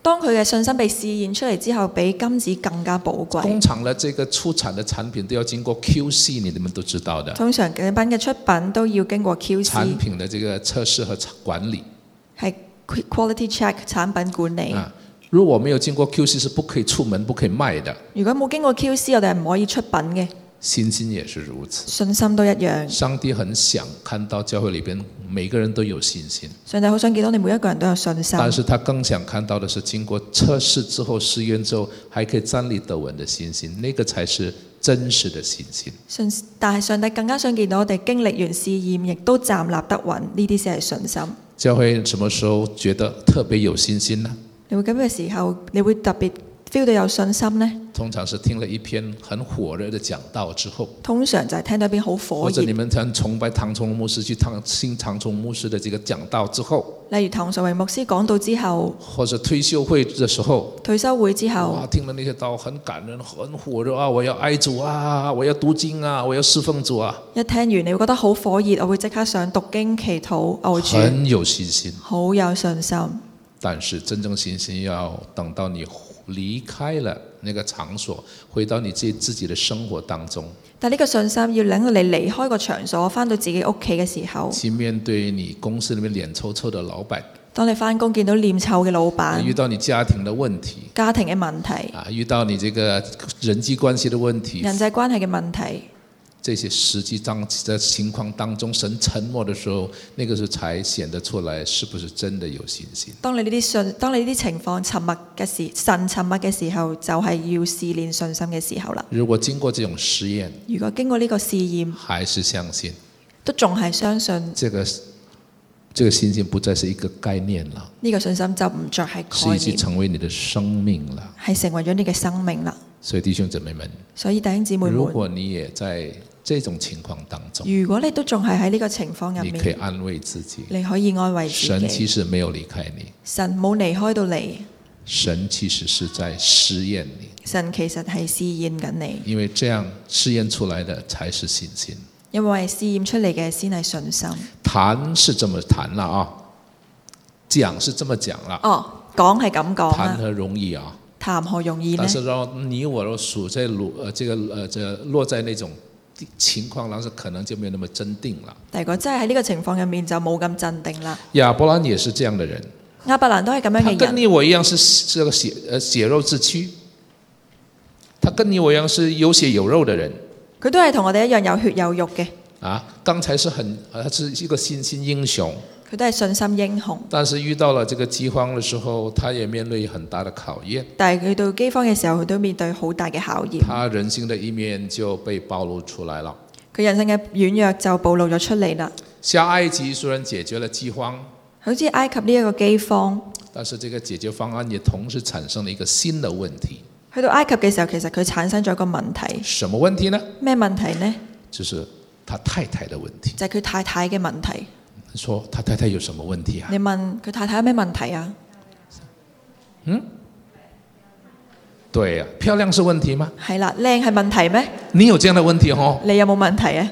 Speaker 2: 當佢嘅信心被試驗出嚟之後，比金子更加寶貴。
Speaker 1: 工厂的这个出产的产品都要经过 QC，你们都知道的，
Speaker 2: 通常景品嘅出品都要經過
Speaker 1: 产
Speaker 2: QC，
Speaker 1: 呃品的这个测试和管理
Speaker 2: 係 quality check 產品管理。
Speaker 1: 啊。如果没有经过 QC 是不可以出门、不可以卖的。
Speaker 2: 如果冇經過 QC，我哋係唔可以出品嘅。
Speaker 1: 信心也是如此。
Speaker 2: 信心都一樣。
Speaker 1: 上帝很想看到教会里边每个人都有信心，
Speaker 2: 上帝好想見到你每一個人都有信心，
Speaker 1: 但是他更想看到的是经过测试之后、试验之后还可以站立得稳的信心，那个才是真实的信心。
Speaker 2: 信但係上帝更加想見到我哋經歷完試驗，亦都站立得穩，呢啲先係信心。
Speaker 1: 教会什么时候覺得特別有信心呢？
Speaker 2: 你會咁嘅時候，你會特別 feel 到有信心呢？
Speaker 1: 通常是听了一篇很火热的讲道之后，
Speaker 2: 通常就係聽到一篇好火
Speaker 1: 或者
Speaker 2: 熱，
Speaker 1: 你们常崇拜唐崇牧师去唐新唐崇牧师的这个讲道之后，
Speaker 2: 例如唐崇榮牧師講到之後，
Speaker 1: 或者退休会的时候，
Speaker 2: 退休會之後，
Speaker 1: 哇，听了那些道很感人，很火热啊！我要爱主啊，我要读经啊，我要侍奉主啊，
Speaker 2: 一聽完你會覺得好火熱，我會即刻上讀經、祈禱、偶主，
Speaker 1: 很有信心。
Speaker 2: 好有信心。
Speaker 1: 但是真正信心要等到你离开了那个场所，回到你自己自己的生活当中，
Speaker 2: 但呢個信心要令到你離開個場所，翻到自己屋企嘅時候，
Speaker 1: 去面对你公司里面脸臭臭的老板，啊
Speaker 2: 當你翻工見到臉臭嘅老
Speaker 1: 遇
Speaker 2: 闆、
Speaker 1: 到你家庭的问题。
Speaker 2: 家庭嘅問題、
Speaker 1: 啊，遇到你这个人际关系的问题，
Speaker 2: 人際關係嘅問題，
Speaker 1: 这些实际当的情况当中，神沉默的时候，那个时候才显得出来是不是真的有信心。
Speaker 2: 當你呢啲信，當你呢啲情況沉默嘅時，神沉默嘅時候，就係、要試練信心嘅時候啦。
Speaker 1: 如果經過這種实验，
Speaker 2: 如果經過呢個試驗，
Speaker 1: 还是相信
Speaker 2: 都仲係相信
Speaker 1: 这个这个信心不再是一个概念了，
Speaker 2: 呢個信心就唔再係
Speaker 1: 是已
Speaker 2: 概
Speaker 1: 经
Speaker 2: 念，
Speaker 1: 成为你的生命了。
Speaker 2: 係成為咗你嘅生命啦。
Speaker 1: 所以弟兄姊妹们，
Speaker 2: 所以弟兄姊妹們，
Speaker 1: 如
Speaker 2: 如
Speaker 1: 果你也在这种情况当中，
Speaker 2: 果你都仲係喺呢個情況入
Speaker 1: 你可以
Speaker 2: 面，
Speaker 1: 安慰自己，
Speaker 2: 你可以安慰自
Speaker 1: 神其
Speaker 2: 己，
Speaker 1: 实没有离开你，
Speaker 2: 神冇離開到你，
Speaker 1: 神其实是在试验你。
Speaker 2: 神其實係試驗緊你，
Speaker 1: 因为这样试验出来的才是信心。
Speaker 2: 因為試驗出嚟嘅先係信心。
Speaker 1: 谈是这么谈了啊，讲是这么讲了，
Speaker 2: 哦，講係咁講
Speaker 1: 谈
Speaker 2: 啦，
Speaker 1: 何容易啊！
Speaker 2: 談何容易呢
Speaker 1: 但？是让你我都处在落呃这个呃这落在那种地情况，当中，可能就没有那么真定了。
Speaker 2: 但如果真係喺呢個情況入面，就冇咁鎮定啦。
Speaker 1: 亚伯兰也是这样的人，
Speaker 2: 亞伯蘭都係咁樣
Speaker 1: 他
Speaker 2: 嘅
Speaker 1: 跟
Speaker 2: 人，
Speaker 1: 你我一样是这个血呃血肉之躯，他跟你我一样是有血有肉的人
Speaker 2: 佢都係同我哋一樣有血有肉嘅，
Speaker 1: 啊。刚才是很呃他是一个信心英雄，
Speaker 2: 佢都係信心英雄。
Speaker 1: 但是遇到了这个饥荒的时候，他也面对很大的考验，
Speaker 2: 但係佢到饑荒嘅時候，佢都面對好大嘅考驗，
Speaker 1: 他人性的一面就被暴露出来了。
Speaker 2: 佢人性嘅軟弱就暴露咗出嚟啦。
Speaker 1: 下埃及虽然解决了饥荒，
Speaker 2: 好似埃及呢一個饑荒，
Speaker 1: 但是这个解决方案也同时产生了一个新的问题，
Speaker 2: 去到埃及嘅時候，其實佢產生咗一個問題，
Speaker 1: 什么问题呢？
Speaker 2: 咩問題呢？
Speaker 1: 就是他太太的问题。
Speaker 2: 就係、佢太太嘅問題。
Speaker 1: 说他太太有什么问题啊？
Speaker 2: 你問佢太太有咩問題啊？
Speaker 1: 对呀、漂亮是问题吗？
Speaker 2: 係啦，靚係問題咩？
Speaker 1: 你有这样的问题哦。
Speaker 2: 你有冇問題啊？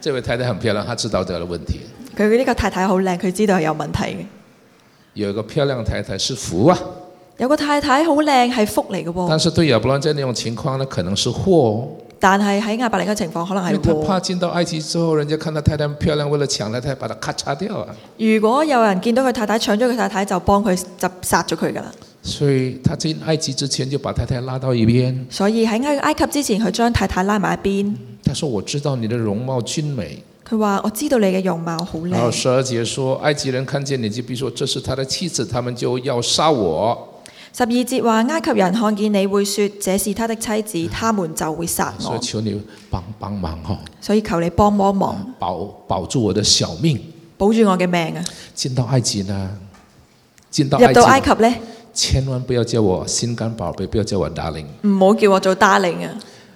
Speaker 1: 这位太太很漂亮，她知道这个问题。
Speaker 2: 佢呢個太太好靚，佢知道係有問題嘅。
Speaker 1: 有一个漂亮太太是福啊，
Speaker 2: 有個太太好靚係福嚟嘅喎，
Speaker 1: 但是对亚伯兰这那种情况呢，可能是祸哦。
Speaker 2: 但係喺亞伯蘭嘅情況可能
Speaker 1: 因为
Speaker 2: 係
Speaker 1: 他
Speaker 2: 禍。
Speaker 1: 怕进到埃及之后，人家看他太太漂亮，为了抢他太太，把他咔嚓掉啊。
Speaker 2: 如果有人見到佢太太搶咗佢太太，就幫佢就殺咗佢㗎啦。
Speaker 1: 所以他进埃及之前就把太太拉到一边。
Speaker 2: 所以喺埃埃及之前，佢將太太拉埋一邊。
Speaker 1: 他说：“我知道你的容貌俊美。
Speaker 2: 佢話：我知道你嘅容貌好”
Speaker 1: 然后
Speaker 2: 靚。
Speaker 1: 十二节说：“埃及人看见你，就必说这是他的妻子，他们就要杀我。
Speaker 2: 十二節話：埃及人看見你會說這是他的妻子，他們就會殺”
Speaker 1: 所以
Speaker 2: 我。
Speaker 1: 求你帮帮忙哈、
Speaker 2: 所以求你幫幫忙，
Speaker 1: 保保住我的小命。
Speaker 2: 保住我嘅命啊！
Speaker 1: 进到埃及呢，进到
Speaker 2: 入
Speaker 1: 埃
Speaker 2: 到埃
Speaker 1: 及
Speaker 2: 及呢，
Speaker 1: 千万不要叫我心肝宝贝，不要叫我 darling，
Speaker 2: 唔好叫我做 darling 啊，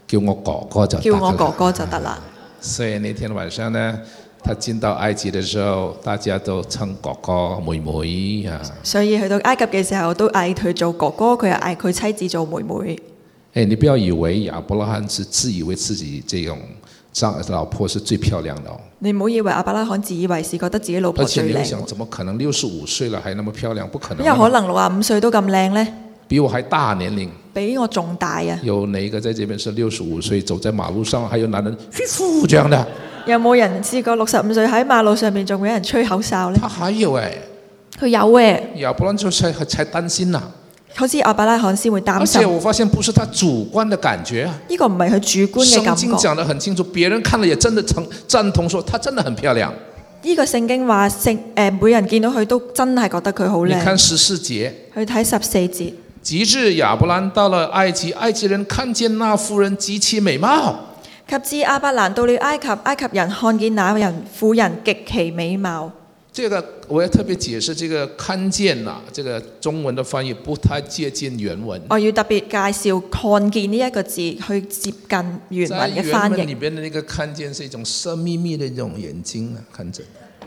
Speaker 1: 叫我哥哥就得
Speaker 2: 叫我
Speaker 1: 了
Speaker 2: 哥哥就得啦。
Speaker 1: 所以那天晚上呢，他进到埃及的时候，大家都称哥哥妹妹啊。
Speaker 2: 所以去到埃及嘅時候，都嗌佢做哥哥，佢又嗌佢妻子做妹妹。
Speaker 1: 哎，你不要以为亚伯拉罕是自以为自己这种丈老婆是最漂亮的哦。
Speaker 2: 你唔好以為亞伯拉罕自以為是，覺得自己老婆
Speaker 1: 而且
Speaker 2: 最
Speaker 1: 你会
Speaker 2: 靚
Speaker 1: 想，
Speaker 2: 喎，
Speaker 1: 怎么可能六十五岁了还那么漂亮？不可能
Speaker 2: 有可
Speaker 1: 啊，
Speaker 2: 能六啊五歲都咁靚呢，
Speaker 1: 比我还大年龄。
Speaker 2: 比我仲大啊！
Speaker 1: 有哪一个在这边是六十五岁走在马路上，还有男人嘘呼这样的？
Speaker 2: 有冇人試過六十五歲喺馬路上面仲有人吹口哨呢？
Speaker 1: 他还有哎，
Speaker 2: 佢有嘅，
Speaker 1: 要不然就才才担心呐、
Speaker 2: 好似亞伯拉罕先會擔
Speaker 1: 而且
Speaker 2: 心。
Speaker 1: 我发现不是他主观的感觉啊，
Speaker 2: 呢個唔係佢主觀嘅
Speaker 1: 圣
Speaker 2: 感
Speaker 1: 经
Speaker 2: 覺。
Speaker 1: 讲得很清楚，别人看了也真的成赞同说她真的很漂亮。
Speaker 2: 呢個聖經話聖誒，每人見到佢都真係覺得佢好
Speaker 1: 你
Speaker 2: 靚。
Speaker 1: 看十四节，
Speaker 2: 去睇十四節，
Speaker 1: 及至亚伯兰到了埃及，埃及人看见那妇人极其美貌，
Speaker 2: 及至亞伯蘭到了埃及，埃及人看見那人婦人極其美貌。
Speaker 1: 这个我要特别解释，这个“看见”呐、这个中文的翻译不太接近原文。
Speaker 2: 我要特別介紹看見呢一個字，去接近原
Speaker 1: 在
Speaker 2: 文
Speaker 1: 原
Speaker 2: 嘅翻
Speaker 1: 文里
Speaker 2: 譯。
Speaker 1: 边的那个“看见”是一种色眯眯的一种眼睛啊，看着。
Speaker 2: 誒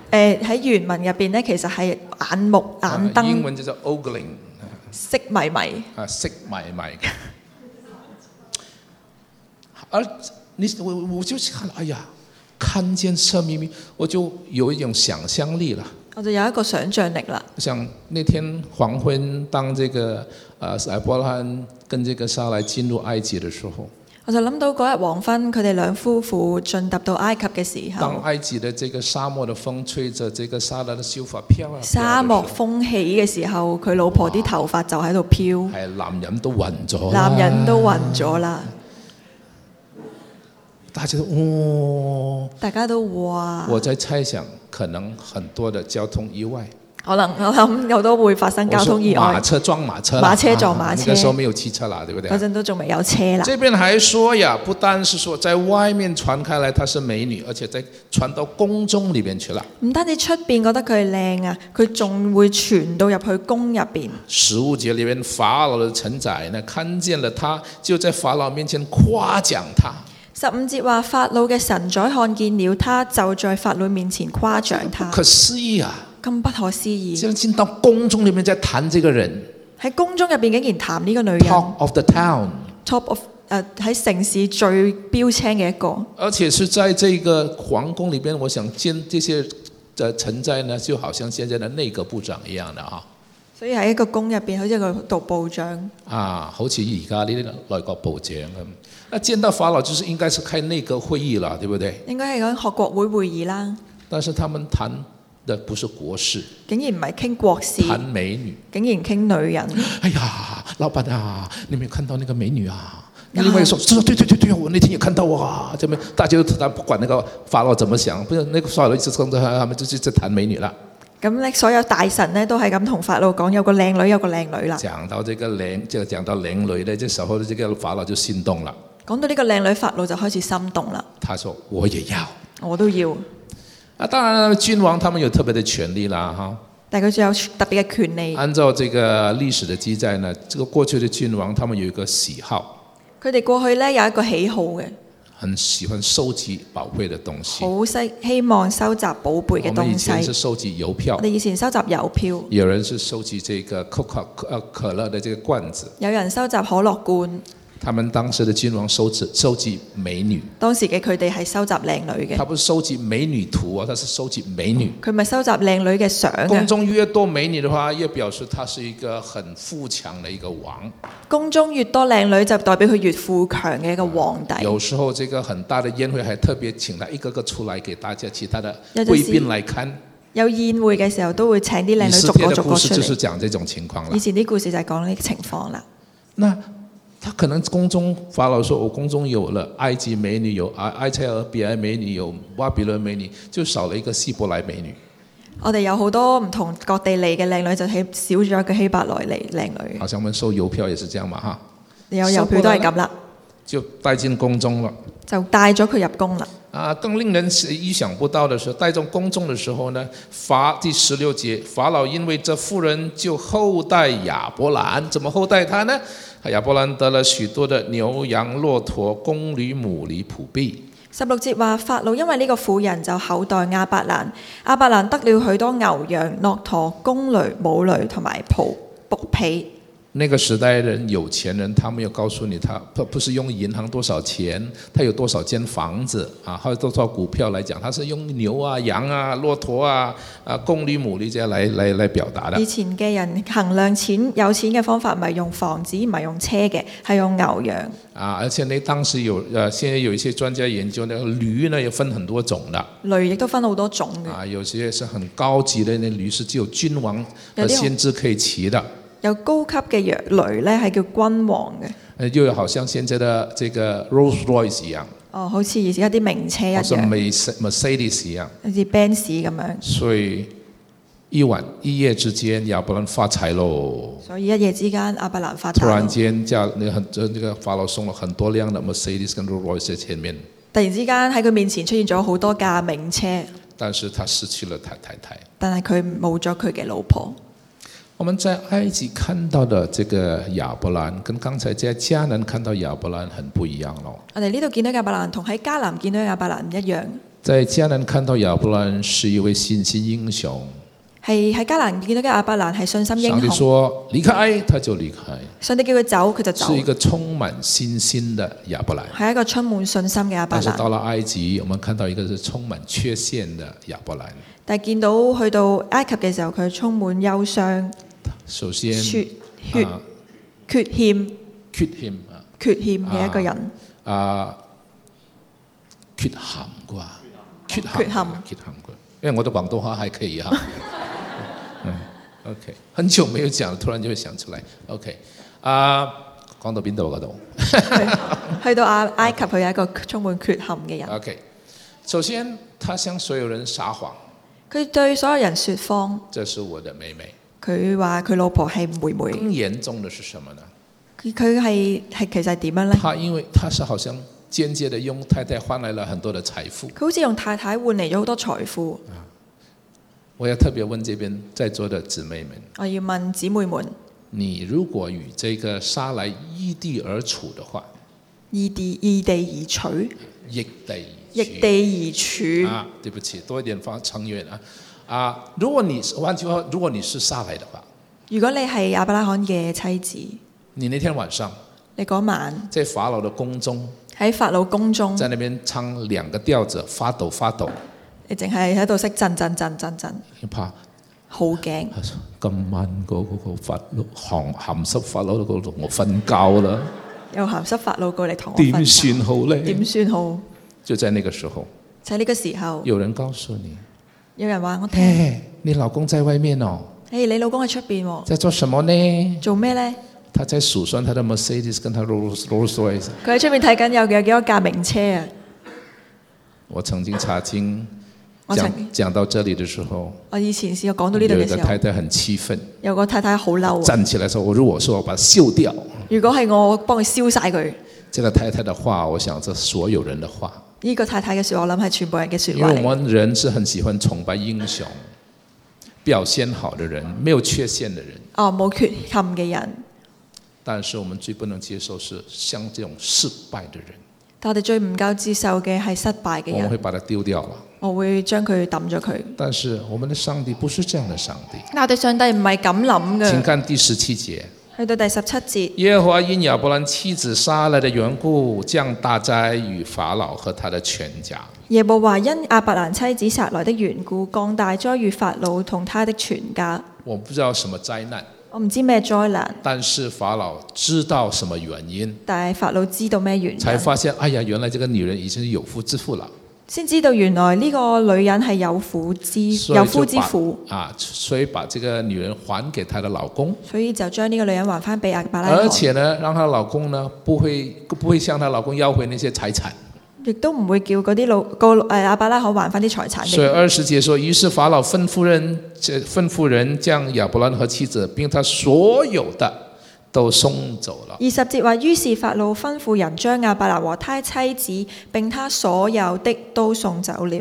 Speaker 2: 呃喺原文入邊呢，其實係眼目、眼
Speaker 1: 啊英
Speaker 2: 燈、
Speaker 1: 文就叫 ogling
Speaker 2: 色迷迷。
Speaker 1: 啊，色埋埋。 而你我我就看，哎呀，看见色眯眯，我就有一种想象力了。
Speaker 2: 我就有一個想像力啦。
Speaker 1: 我想那天黄昏，当这个呃亚伯拉罕跟这个莎莱进入埃及的时候，
Speaker 2: 我就諗到嗰日黃昏，佢哋兩夫婦進入到埃及嘅時
Speaker 1: 当
Speaker 2: 候，
Speaker 1: 埃及的这个沙漠的风吹着这个莎拉的秀发飘啊，
Speaker 2: 沙漠風起嘅時候，佢老婆啲頭髮就喺度飄，
Speaker 1: 系哎男人都暈咗啦，
Speaker 2: 男人都暈咗啦，
Speaker 1: 大家都哦，
Speaker 2: 大家都哇，
Speaker 1: 我在猜想，可能很多的交通意外，
Speaker 2: 可能我諗有都會發生交通意
Speaker 1: 我说马
Speaker 2: 外。
Speaker 1: 车撞马车啦，
Speaker 2: 马车撞马车
Speaker 1: 啊那个时候没有汽车啦，对不对
Speaker 2: 嗰？陣都仲未有車啦。
Speaker 1: 这边还说呀，不单是说在外面传开来她是美女，而且在传到宫中里面去了。
Speaker 2: 唔單止出邊覺得佢靚啊，佢仲會傳到入去宮入邊。
Speaker 1: 十五节里面，法老的臣宰呢看见了她，就在法老面前夸奖她。
Speaker 2: 十五節話法老嘅神宰看見了他，就在法老面前誇獎
Speaker 1: 不
Speaker 2: 他，
Speaker 1: 可思议啊！
Speaker 2: 咁不可思議。
Speaker 1: 竟然进到宫中里面在谈这个人
Speaker 2: 喺宮中入邊竟然談呢個女人
Speaker 1: ，talk of the town，
Speaker 2: ，top of 誒喺城市最標青嘅一個，
Speaker 1: 而且是在这个皇宫里边，我想见这些的臣宰呢，就好像现在的内阁部長一樣的啊。
Speaker 2: 所以喺一個宮入邊好似一個獨部長。
Speaker 1: 啊，好似而家呢啲內閣部長咁，那見到法老就是應該是開內閣會議啦，對不對？
Speaker 2: 應該係講學國會會議啦，
Speaker 1: 但是他們談的不是國事，
Speaker 2: 竟然唔係傾國事，
Speaker 1: 談美女。
Speaker 2: 竟然傾女人。
Speaker 1: 哎呀，老闆啊，你没有看到那个美女啊？那另外一个说，是啊对对对对，我那天也看到啊，这边大家都谈，不管那个法老怎么想，不是那个法老一直跟着他他们就就在谈美女了。
Speaker 2: 咁咧，所有大臣咧都係咁同法老講，有個靚女，有個靚女啦。
Speaker 1: 讲到这个靓，就讲到靓女呢，这时候这个法老就心動了，
Speaker 2: 講到呢個靚女，法老就開始心動啦。
Speaker 1: 他说我也要。
Speaker 2: 我都要，
Speaker 1: 啊，当然了，君王他們有特別的權利啦，哈。
Speaker 2: 但係佢仲有特別嘅權利。
Speaker 1: 按照这个历史的记载呢，这个过去的君王他们有一个喜好，
Speaker 2: 佢哋過去呢有一個喜好嘅，
Speaker 1: 很喜欢收集宝贵的东西。
Speaker 2: 好希希望收集寶貝嘅
Speaker 1: 我们以前
Speaker 2: 東
Speaker 1: 是
Speaker 2: 西。
Speaker 1: 收集邮票
Speaker 2: 我哋，以前收集郵票，
Speaker 1: 有人是收集这个 Coca 呃可乐的这个罐子。
Speaker 2: 有人收集可樂罐。
Speaker 1: 他们当时的君王收集收集美女，
Speaker 2: 當時嘅佢哋係收集靚女嘅，
Speaker 1: 他不是收集美女图啊，他是收集美女。
Speaker 2: 佢咪收集靚女嘅相啊
Speaker 1: 宫
Speaker 2: 嘅。
Speaker 1: 中越多美女的话，越表示他是一个很富强的一个王。
Speaker 2: 宮中越多靚女，就代表佢越富強嘅一個皇帝。
Speaker 1: 有时候这个很大的宴会还特别请他一个个出来给大家其他的
Speaker 2: 要就是
Speaker 1: 贵宾来看。
Speaker 2: 有宴會嘅時候，都會請啲靚
Speaker 1: 以
Speaker 2: 女
Speaker 1: 色
Speaker 2: 逐
Speaker 1: 列
Speaker 2: 個
Speaker 1: 的
Speaker 2: 逐
Speaker 1: 故
Speaker 2: 個
Speaker 1: 事
Speaker 2: 出
Speaker 1: 就是
Speaker 2: 嚟。
Speaker 1: 讲这种情况了
Speaker 2: 以。前啲故事就係講呢啲情況啦。
Speaker 1: 那他可能宫中法老说：“我哦宫中有了埃及美女，有埃埃塞俄比亚美女，有巴比伦美女，就少了一个希伯来美女，
Speaker 2: 我哋有好多唔同各地嚟嘅靚女，就起少咗一個希伯來嚟靚女。
Speaker 1: 好像我們收郵票也是这样嘛，哈，
Speaker 2: 有郵票都係咁啦，
Speaker 1: 就带进宫中了。
Speaker 2: 就帶咗佢入宮啦。
Speaker 1: 啊，更令人意想不到的是，带进宫中的时候呢，法第十六节，法老因为这妇人就厚待亚伯兰，怎么厚待他呢？亚伯兰得了许多的牛羊、骆驼、公驴、母驴、仆婢。”
Speaker 2: 十六節話法老因為呢個婦人就厚待亞伯蘭，亞伯蘭得了許多牛羊、駱駝、公驢、母驢同埋蒲仆婢。
Speaker 1: 那个时代人有钱人，他没有告诉你他不不是用银行多少钱，他有多少间房子啊，还有多少股票来讲，他是用牛啊、羊啊、骆驼啊、啊公驴、母驴这样来来来表达的
Speaker 2: 以。前嘅人衡量錢有錢嘅方法，唔係用房子，唔係用車嘅，係用牛羊。
Speaker 1: 啊，而且呢，当时有呃，现在有一些专家研究呢，驴呢也分很多种的
Speaker 2: 類亦都分好多種嘅，
Speaker 1: 啊，有些是很高级的，那驴是只有君王和
Speaker 2: 有啲好
Speaker 1: 先知可以骑的。
Speaker 2: 有高級嘅羊類咧係叫君王嘅，
Speaker 1: 呃，又好像现在的这个 Rolls Royce 一样，
Speaker 2: 哦，好似而家啲名車一
Speaker 1: 或是
Speaker 2: 樣，
Speaker 1: Merce- Mercedes 一样，
Speaker 2: 好似 Benz 咁樣，
Speaker 1: 所以一晚一夜之间，亚伯兰发财喽！
Speaker 2: 所以一夜之間阿伯蘭發
Speaker 1: 突
Speaker 2: 達
Speaker 1: 然
Speaker 2: 咯，
Speaker 1: 间，这那很这这个法老送了很多辆的 Mercedes 跟 Rolls Royce 在前面，
Speaker 2: 突然之間喺佢面前出現咗好多架名車，
Speaker 1: 但是他失去了他太太。
Speaker 2: 但係佢冇咗佢嘅老婆。
Speaker 1: 我们在埃及看到的这个亚伯兰，跟刚才在迦南看到亚伯兰很不一样咯。
Speaker 2: 我哋呢度見到嘅亞伯蘭同喺迦南見到嘅亞伯蘭唔一樣，
Speaker 1: 在迦南看到亚伯兰是一位信心英雄，
Speaker 2: 係喺迦南見到嘅亞伯蘭係信心
Speaker 1: 上帝
Speaker 2: 英雄，
Speaker 1: 说离开他就离开，
Speaker 2: 上帝叫佢走佢就走
Speaker 1: 是，一个充满信心的亚伯兰。
Speaker 2: 係一個充滿信心嘅亞伯
Speaker 1: 但是
Speaker 2: 蘭。
Speaker 1: 到了埃及，我们看到一个是充满缺陷的亚伯兰。
Speaker 2: 但係見到去到埃及嘅時候，佢充滿憂傷、
Speaker 1: 首先，
Speaker 2: 缺血
Speaker 1: 啊、
Speaker 2: 缺欠、
Speaker 1: 缺陷啊
Speaker 2: 缺欠嘅一個人。
Speaker 1: 啊，缺陷啩，缺陷，
Speaker 2: 缺陷
Speaker 1: 缺陷啩，因為我的廣東話還可以哈。啊 嗯，OK，很久沒有講了，突然就會想出來。OK，啊，講到邊度啊嗰度啊
Speaker 2: 去到埃埃及，佢係一個充滿缺陷嘅人。
Speaker 1: ？OK，首先他向所有人撒謊，
Speaker 2: 佢對所有人説謊，
Speaker 1: 這是我的妹妹。
Speaker 2: 佢話佢老婆係妹妹。
Speaker 1: 更嚴重的是什麼呢？
Speaker 2: 佢佢係係其實係點樣呢？
Speaker 1: 他因為他是好像間接的用太太換來了很多的財富。
Speaker 2: 佢好似用太太換嚟咗好多財富。
Speaker 1: 我要特別問這邊在座的姊妹們。
Speaker 2: 我要問姊妹們，
Speaker 1: 你如果與這個沙來易地而處的話，
Speaker 2: 異地異地而取，
Speaker 1: 易地而
Speaker 2: 易
Speaker 1: 處
Speaker 2: 地而處。
Speaker 1: 啊，对不起，多一点方成员啊啊！如果你是换句话，如果你是沙来的话，
Speaker 2: 如果你係亞伯拉罕嘅妻子，
Speaker 1: 你那天晚上
Speaker 2: 你嗰晚
Speaker 1: 在法老的宮中，
Speaker 2: 喺法老宮中。
Speaker 1: 在那邊唱兩個調子，發抖發抖，
Speaker 2: 你淨係喺度識震震震震震，
Speaker 1: 你怕哎
Speaker 2: 好驚！
Speaker 1: 今晚嗰嗰個法老鹹鹹濕法老嗰度，我瞓覺啦，
Speaker 2: 又鹹濕法老過嚟同我
Speaker 1: 點
Speaker 2: 分
Speaker 1: 算
Speaker 2: 手，
Speaker 1: 好
Speaker 2: 點
Speaker 1: 呢？
Speaker 2: 算好？
Speaker 1: 就在那個時候，
Speaker 2: 就喺呢個時候，
Speaker 1: 有人告訴你，
Speaker 2: 有人話我聽：， 誒、
Speaker 1: 哎，你老公在外面哦，
Speaker 2: 你老公喺出邊喎，
Speaker 1: 在做什麼呢？
Speaker 2: 做咩呢？
Speaker 1: 他在数算他的 Mercedes 跟他 Rolls Rolls Royce。
Speaker 2: 佢喺出面睇緊有有幾多架名車啊！
Speaker 1: 我曾經查經
Speaker 2: 我曾
Speaker 1: 讲讲到這裡的時候，
Speaker 2: 我以前試過講到
Speaker 1: 有
Speaker 2: 呢度
Speaker 1: 一
Speaker 2: 嘅
Speaker 1: 個
Speaker 2: 時候
Speaker 1: 太，太很氣憤，
Speaker 2: 有個太太好嬲啊！
Speaker 1: 站起來說：“我如果說我把它秀掉。
Speaker 2: 如果係我，我幫佢燒晒佢。”
Speaker 1: 這個太太的話，我想這所有人的話，
Speaker 2: 呢、個太太嘅説話，我諗係全部人嘅説
Speaker 1: 因
Speaker 2: 話
Speaker 1: 為我
Speaker 2: 嚟。
Speaker 1: 們人是很喜歡崇拜英雄、表現好的人、沒有缺陷的人，
Speaker 2: 哦，冇缺陷嘅人，
Speaker 1: 但是我們最不能接受是像這種失敗的人，
Speaker 2: 但我哋最唔夠接受嘅係失敗嘅
Speaker 1: 我們
Speaker 2: 人，
Speaker 1: 會把它丟掉了。
Speaker 2: 我會將佢抌咗佢。
Speaker 1: 但是我們的上帝不是這樣的上帝。
Speaker 2: 但我哋上帝唔係咁諗
Speaker 1: 請
Speaker 2: 嘅。
Speaker 1: 看第十七節。
Speaker 2: 去到第十七節。
Speaker 1: 耶和华因亚伯兰妻子撒来的缘故，降大灾与法老和他的全家。
Speaker 2: 耶和華因亞伯蘭妻子撒來的緣故，降大災與法老同他的全家。
Speaker 1: 我不知道什么灾难，
Speaker 2: 我唔知咩災難，
Speaker 1: 但是法老知道什么原因，
Speaker 2: 但係法老知道咩原
Speaker 1: 才
Speaker 2: 因，
Speaker 1: 发现，哎呀，原来这个女人已经是有夫之妇了，
Speaker 2: 先知道原來呢個女人係有婦之
Speaker 1: 所以就
Speaker 2: 有夫之
Speaker 1: 把
Speaker 2: 婦，
Speaker 1: 啊，所以把这个女人还给她的老公，
Speaker 2: 所以就將呢個女人還翻俾亞伯拉
Speaker 1: 而
Speaker 2: 罕，
Speaker 1: 且呢，让她老公呢不会不会向她老公要回那些财产。
Speaker 2: 亦都唔會叫嗰啲老個誒亞伯拉罕還翻啲財產俾
Speaker 1: 所以
Speaker 2: 佢。
Speaker 1: 二十节说，于是法老吩咐人，这吩咐人将亚伯兰和妻子，并他所有的都送走了。
Speaker 2: 二十節話，於是法老吩咐人將亞伯蘭和他妻子並他所有的都送走了，